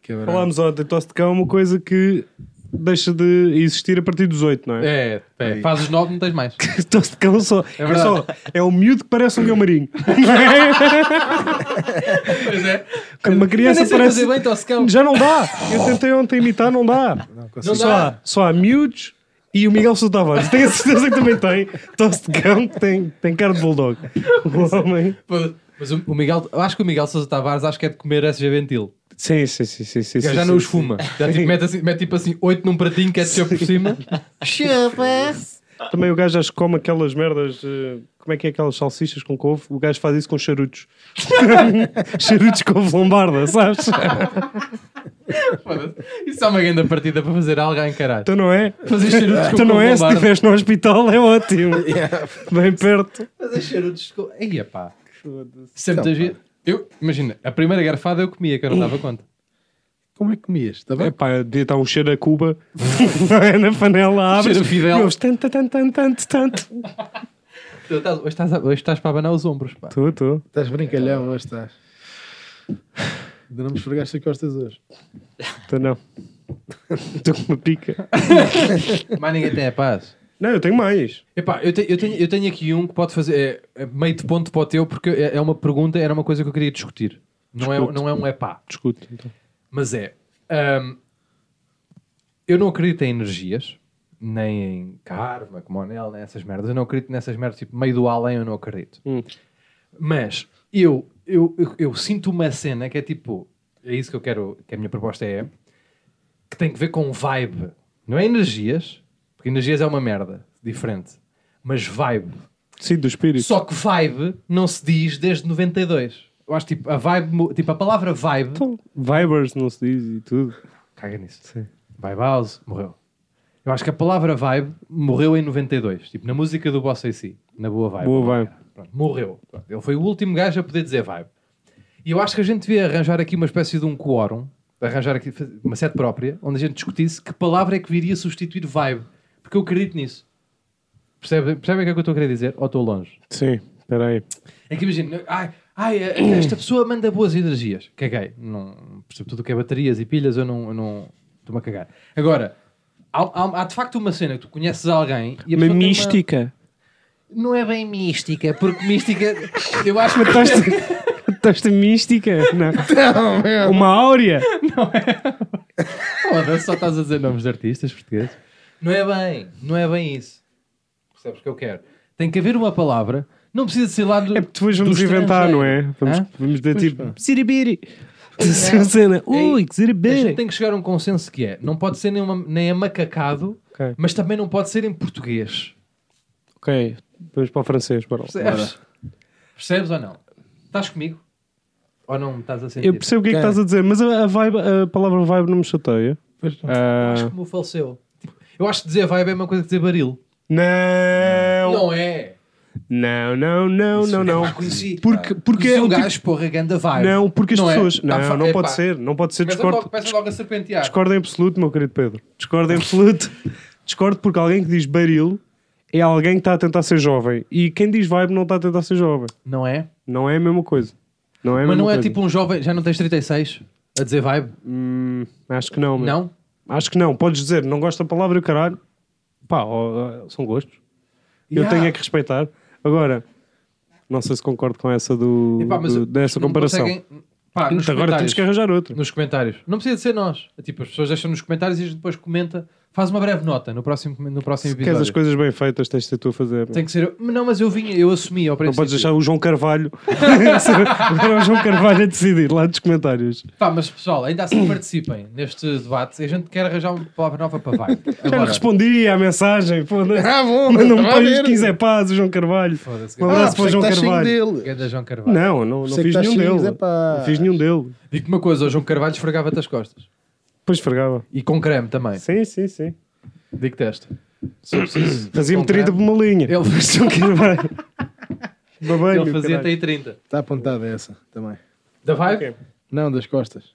[SPEAKER 2] que bravo.
[SPEAKER 3] Falámos ontem. Tosse de cão é uma coisa que deixa de existir a partir dos 8, não é?
[SPEAKER 4] é, é, faz os nove, não tens mais.
[SPEAKER 3] Tosse de cão só. É,
[SPEAKER 4] verdade.
[SPEAKER 3] só. É o miúdo que parece um leão marinho.
[SPEAKER 4] Pois é.
[SPEAKER 3] Uma
[SPEAKER 4] Eu
[SPEAKER 3] criança
[SPEAKER 4] nem sei
[SPEAKER 3] parece.
[SPEAKER 4] fazer bem tossecão.
[SPEAKER 3] Já não dá. Eu tentei ontem imitar, não dá.
[SPEAKER 4] Não
[SPEAKER 3] só,
[SPEAKER 4] dá.
[SPEAKER 3] Há, só há miúdos e o Miguel Sousa Tavares. Tenho a certeza que também tem. Tosse de cão, que tem, tem cara de bulldog. O homem.
[SPEAKER 4] Pô, Mas o, o Miguel, eu acho que o Miguel Sousa Tavares acho que é de comer SG Ventil.
[SPEAKER 3] Sim, sim, sim. sim, sim,
[SPEAKER 4] Já
[SPEAKER 3] sim,
[SPEAKER 4] não os
[SPEAKER 3] sim.
[SPEAKER 4] fuma. Já tipo, mete, assim, mete tipo assim 8 num pratinho, ketchup por cima.
[SPEAKER 3] Também o gajo acho que come aquelas merdas. eh, Como é que é aquelas salsichas com couve? O gajo faz isso com charutos. charutos com couve lombarda, sabes?
[SPEAKER 4] Foda-se. Isso é uma grande partida para fazer algo a encarar.
[SPEAKER 3] Então não é?
[SPEAKER 4] Fazer charutos com
[SPEAKER 3] Então não é? Se
[SPEAKER 4] lombarda.
[SPEAKER 3] estiveres no hospital é ótimo. Bem perto.
[SPEAKER 4] Fazer charutos com... Aí, pá. Sempre muitas vezes... Então, Eu, imagina, a primeira garfada eu comia, que eu não dava conta.
[SPEAKER 2] Como é que comias? Está
[SPEAKER 3] É
[SPEAKER 2] bem?
[SPEAKER 3] pá, devia estar um cheiro a Cuba É na panela, abres
[SPEAKER 4] Cheiro a Fidel.
[SPEAKER 3] e ouves tanto, tanto, tanto, tanto, tanto.
[SPEAKER 4] Tu estás- Hoje estás, a- hoje estás para abanar os ombros, pá.
[SPEAKER 3] Tu, tu.
[SPEAKER 2] Estás brincalhão, hoje estás. Ainda não me esfregaste as costas hoje.
[SPEAKER 3] Tu não. Estou com uma pica.
[SPEAKER 4] Mas ninguém tem a paz.
[SPEAKER 3] Não, eu tenho mais.
[SPEAKER 4] Epá, eu, te- eu tenho, eu tenho aqui um que pode fazer é, é meio de ponto para o teu, porque é, é uma pergunta, era uma coisa que eu queria discutir. Não, é,
[SPEAKER 3] Discute.
[SPEAKER 4] não é um epá,
[SPEAKER 3] Discute. Então.
[SPEAKER 4] mas é. hum, eu não acredito em energias, nem em karma, como anel, nessas merdas. Eu não acredito nessas merdas, tipo, meio do além eu não acredito.
[SPEAKER 3] Hum.
[SPEAKER 4] Mas eu, eu, eu, eu sinto uma cena que é tipo, é isso que eu quero, que a minha proposta é, que tem que ver com vibe. Não é energias, porque energias é uma merda, diferente. Mas vibe.
[SPEAKER 3] Sim, do espírito.
[SPEAKER 4] Só que vibe não se diz desde 92. Eu acho tipo a vibe, mu- tipo a palavra vibe.
[SPEAKER 3] Então, vibers não se diz e tudo.
[SPEAKER 4] Caga nisso. Vibe House morreu. Eu acho que a palavra vibe morreu em 92, tipo na música do Bossa si, na boa vibe.
[SPEAKER 3] Boa vibe.
[SPEAKER 4] Pronto, morreu. Pronto, Ele foi o último gajo a poder dizer vibe. E eu acho que a gente devia arranjar aqui uma espécie de um quórum, arranjar aqui faz- uma sede própria, onde a gente discutisse que palavra é que viria substituir vibe. Porque eu acredito nisso. Percebe- Percebem o que é que eu estou a querer dizer? Ou estou longe?
[SPEAKER 3] Sim, espera aí.
[SPEAKER 4] É que imagina, ai, ai, eh, esta pessoa manda boas energias. Caguei. Não percebo tudo o que é baterias e pilhas, eu não. eu não- Estou-me a cagar. Agora, há, há- há de facto uma cena que tu conheces alguém e a pessoa tem
[SPEAKER 3] Uma mística.
[SPEAKER 4] Não é bem mística, porque mística. Eu acho que.
[SPEAKER 3] Estás- Tosta mística? Não.
[SPEAKER 2] Não, meu.
[SPEAKER 3] Uma áurea?
[SPEAKER 4] Foda-se, só estás a dizer nomes de artistas portugueses. Não é bem, não é bem isso. Percebes o que eu quero? Tem que haver uma palavra, não precisa de ser lá do.
[SPEAKER 3] É porque depois vamos
[SPEAKER 4] do
[SPEAKER 3] inventar, não é? Vamos,
[SPEAKER 4] Hã?
[SPEAKER 3] vamos dar tipo. Siribiri!
[SPEAKER 4] Não.
[SPEAKER 3] Cena. Ui,
[SPEAKER 4] Ei,
[SPEAKER 3] que
[SPEAKER 4] A gente
[SPEAKER 3] siribiri!
[SPEAKER 4] tem que chegar a um consenso que é: não pode ser nem, uma, nem amacacado,
[SPEAKER 3] Ok.
[SPEAKER 4] mas também não pode ser em português.
[SPEAKER 3] Ok, vamos para o francês, bora. lá.
[SPEAKER 4] Percebes? Percebes ou não? Estás comigo? Ou não me estás a sentir?
[SPEAKER 3] Eu percebo o que é que
[SPEAKER 2] Ok.
[SPEAKER 3] estás a dizer, mas a, a vibe, a palavra vibe não me chateia. Ah,
[SPEAKER 4] Eu acho que me faleceu. Tipo, eu acho que dizer vibe é a mesma coisa que dizer baril.
[SPEAKER 3] Não!
[SPEAKER 4] Não é.
[SPEAKER 3] Não, não, não, não, não.
[SPEAKER 4] Eu é conheci.
[SPEAKER 3] Porque, porque
[SPEAKER 4] Conheci
[SPEAKER 3] é
[SPEAKER 4] um
[SPEAKER 3] o tipo-
[SPEAKER 4] gajo, porra, ganda vibe.
[SPEAKER 3] Não, porque as
[SPEAKER 4] é?
[SPEAKER 3] pessoas.
[SPEAKER 4] Tá
[SPEAKER 3] Não,
[SPEAKER 4] fa-
[SPEAKER 3] não
[SPEAKER 4] epá.
[SPEAKER 3] pode ser, não pode ser.
[SPEAKER 4] Começa
[SPEAKER 3] Discordo,
[SPEAKER 4] logo- começa logo a serpentear.
[SPEAKER 3] discordo em absoluto, meu querido Pedro. Discordo em absoluto. Discordo porque alguém que diz baril é alguém que está a tentar ser jovem. E quem diz vibe não está a tentar ser jovem.
[SPEAKER 4] Não é?
[SPEAKER 3] Não é a mesma coisa. Não é a
[SPEAKER 4] Mas
[SPEAKER 3] mesma
[SPEAKER 4] não é
[SPEAKER 3] coisa.
[SPEAKER 4] tipo um jovem, já não tens 36 a dizer vibe?
[SPEAKER 3] Hum, acho que não. meu.
[SPEAKER 4] Não?
[SPEAKER 3] Acho que não. Podes dizer, não gosto da palavra, caralho. Pá, ó, ó, são gostos. Eu
[SPEAKER 4] Yeah.
[SPEAKER 3] tenho é que respeitar. Agora, não sei se concordo com essa do,
[SPEAKER 4] Epá, mas
[SPEAKER 3] do-
[SPEAKER 4] eu-
[SPEAKER 3] dessa
[SPEAKER 4] não
[SPEAKER 3] comparação.
[SPEAKER 4] conseguem- Pá,
[SPEAKER 3] Agora
[SPEAKER 4] nos
[SPEAKER 3] temos
[SPEAKER 4] comentários.
[SPEAKER 3] que arranjar outra.
[SPEAKER 4] Nos comentários. Não precisa de ser nós. É Tipo, as pessoas deixam nos comentários e a gente depois comenta. Faz uma breve nota no próximo, no próximo
[SPEAKER 3] Queres
[SPEAKER 4] episódio.
[SPEAKER 3] as é coisas bem feitas, tens de ser tu a fazer. meu.
[SPEAKER 4] Tem que ser. Não, mas eu vinha, eu assumi ao
[SPEAKER 3] Não
[SPEAKER 4] princípio.
[SPEAKER 3] podes deixar o João Carvalho. Agora é o João Carvalho a decidir lá nos comentários.
[SPEAKER 4] Pá, mas pessoal, ainda assim participem neste debate. A gente quer arranjar uma palavra nova para vibe.
[SPEAKER 3] Já
[SPEAKER 4] Agora,
[SPEAKER 3] respondi à mensagem. Foda-se.
[SPEAKER 2] Ah, bom,
[SPEAKER 3] Manda um
[SPEAKER 2] tá a
[SPEAKER 3] beijo
[SPEAKER 2] ver.
[SPEAKER 3] 15 é paz, o João Carvalho.
[SPEAKER 4] foda-se.
[SPEAKER 3] Um
[SPEAKER 4] ganda-
[SPEAKER 3] abraço
[SPEAKER 2] Ah,
[SPEAKER 3] para o
[SPEAKER 2] para
[SPEAKER 3] João
[SPEAKER 2] João Carvalho.
[SPEAKER 3] Carvalho.
[SPEAKER 2] Dele.
[SPEAKER 4] Ganda é João Carvalho.
[SPEAKER 3] Não, não, não
[SPEAKER 2] Sei que
[SPEAKER 3] fiz
[SPEAKER 2] estás
[SPEAKER 3] nenhum
[SPEAKER 2] cheio,
[SPEAKER 3] dele.
[SPEAKER 2] Zé, pá.
[SPEAKER 3] Não fiz nenhum dele.
[SPEAKER 4] Digo-te uma coisa, o João Carvalho esfregava-te as costas.
[SPEAKER 3] Depois fregava.
[SPEAKER 4] E com creme também.
[SPEAKER 3] Sim, sim, sim.
[SPEAKER 4] Digo-te esta. Se eu preciso-
[SPEAKER 3] Fazia-me
[SPEAKER 4] com
[SPEAKER 3] 30 por
[SPEAKER 4] creme,
[SPEAKER 3] uma linha.
[SPEAKER 4] Ele fazia,
[SPEAKER 2] um
[SPEAKER 3] João Carvalho. Babanho,
[SPEAKER 4] ele fazia até
[SPEAKER 3] caralho.
[SPEAKER 4] aí 30.
[SPEAKER 2] Está apontada essa também.
[SPEAKER 4] Da vibe?
[SPEAKER 3] Ok.
[SPEAKER 2] Não, das costas.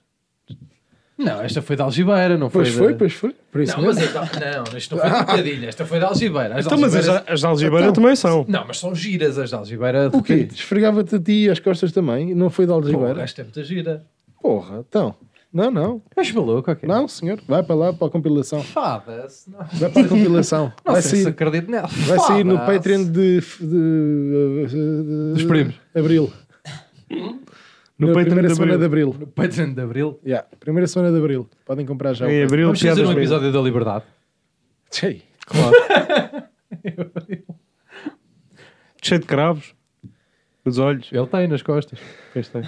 [SPEAKER 4] Não, esta foi da Algibeira, não
[SPEAKER 2] Pois é.
[SPEAKER 4] da-
[SPEAKER 2] foi, pois foi. Por isso
[SPEAKER 4] Não,
[SPEAKER 2] mesmo.
[SPEAKER 4] mas eu tava- não, isto não foi de picadilha, esta foi da Algibeira. As
[SPEAKER 3] Então, mas as,
[SPEAKER 4] Algibeiras-
[SPEAKER 3] as da Algibeira
[SPEAKER 2] Então.
[SPEAKER 3] também são.
[SPEAKER 4] Não, mas são giras as da Algibeira.
[SPEAKER 2] O quê? Esfregava-te a ti as costas também? Não foi de
[SPEAKER 4] Porra,
[SPEAKER 2] algibeira?
[SPEAKER 4] esta é muita gira.
[SPEAKER 2] Porra, então. Não, não.
[SPEAKER 4] Mas maluco, ok.
[SPEAKER 2] Não, senhor. Vai para lá, para a compilação.
[SPEAKER 4] Foda-se. Não,
[SPEAKER 2] Vai para a compilação.
[SPEAKER 4] não
[SPEAKER 2] Vai
[SPEAKER 4] sei se
[SPEAKER 2] sair,
[SPEAKER 4] acredito nela.
[SPEAKER 2] vai sair no
[SPEAKER 4] Foda-se.
[SPEAKER 2] Patreon de... f- de, eh, de-
[SPEAKER 4] Dos primos.
[SPEAKER 2] Abril.
[SPEAKER 3] No
[SPEAKER 2] Na
[SPEAKER 3] Patreon
[SPEAKER 2] primeira
[SPEAKER 3] de
[SPEAKER 2] semana de
[SPEAKER 3] Abril.
[SPEAKER 2] Abril.
[SPEAKER 4] No Patreon de Abril.
[SPEAKER 2] Yeah, Primeira semana de Abril. Podem comprar já. o
[SPEAKER 3] Em
[SPEAKER 2] Patreon.
[SPEAKER 3] abril,
[SPEAKER 4] Vamos fazer
[SPEAKER 3] piadas
[SPEAKER 4] um
[SPEAKER 3] mesmo.
[SPEAKER 4] episódio da Liberdade.
[SPEAKER 2] Sei.
[SPEAKER 3] Cheio de cravos. Os olhos.
[SPEAKER 4] Ele tem nas costas.
[SPEAKER 3] Pois tem.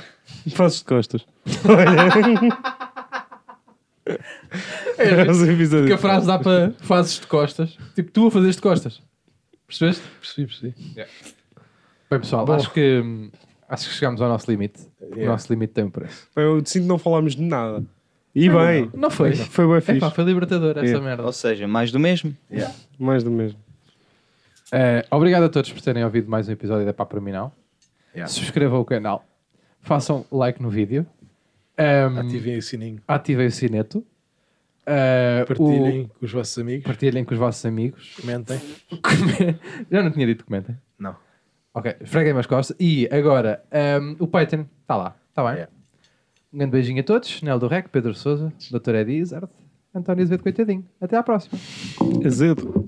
[SPEAKER 3] Fazes de costas. Era os episódios.
[SPEAKER 4] É, Porque a frase dá para fazes de costas. Tipo, tu a fazes de costas. Percebeste?
[SPEAKER 2] Percebi, percebi.
[SPEAKER 4] Bem, pessoal, acho que hum, acho que chegámos ao nosso limite. Porque O
[SPEAKER 2] Yeah.
[SPEAKER 4] nosso limite tem um preço.
[SPEAKER 3] Eu decido não falarmos de nada. E bem,
[SPEAKER 4] Não foi.
[SPEAKER 3] foi bem fixe.
[SPEAKER 4] Epá, foi libertador essa
[SPEAKER 3] Yeah.
[SPEAKER 4] merda.
[SPEAKER 1] Ou seja, mais do mesmo.
[SPEAKER 3] Mais do mesmo.
[SPEAKER 4] Eh, obrigado a todos por terem ouvido mais um episódio da Papo Criminal.
[SPEAKER 2] Yeah.
[SPEAKER 4] Subscrevam o canal, façam like no vídeo, Ahm,
[SPEAKER 2] Ativem o sininho.
[SPEAKER 4] ativem o sineto, Eh, o-
[SPEAKER 2] Partilhem com os vossos amigos.
[SPEAKER 4] partilhem com os vossos amigos.
[SPEAKER 2] Comentem.
[SPEAKER 4] Come- Já não tinha dito comentem.
[SPEAKER 2] Não.
[SPEAKER 4] Ok, esfreguem-me as costas. E agora, ahm, o Patreon está lá, está bem?
[SPEAKER 2] Yeah.
[SPEAKER 4] Um grande beijinho a todos. Nel do Rec, Pedro Souza, Dr. Edi Izard, António Azevedo Coitadinho. Até à próxima.
[SPEAKER 3] Azedo.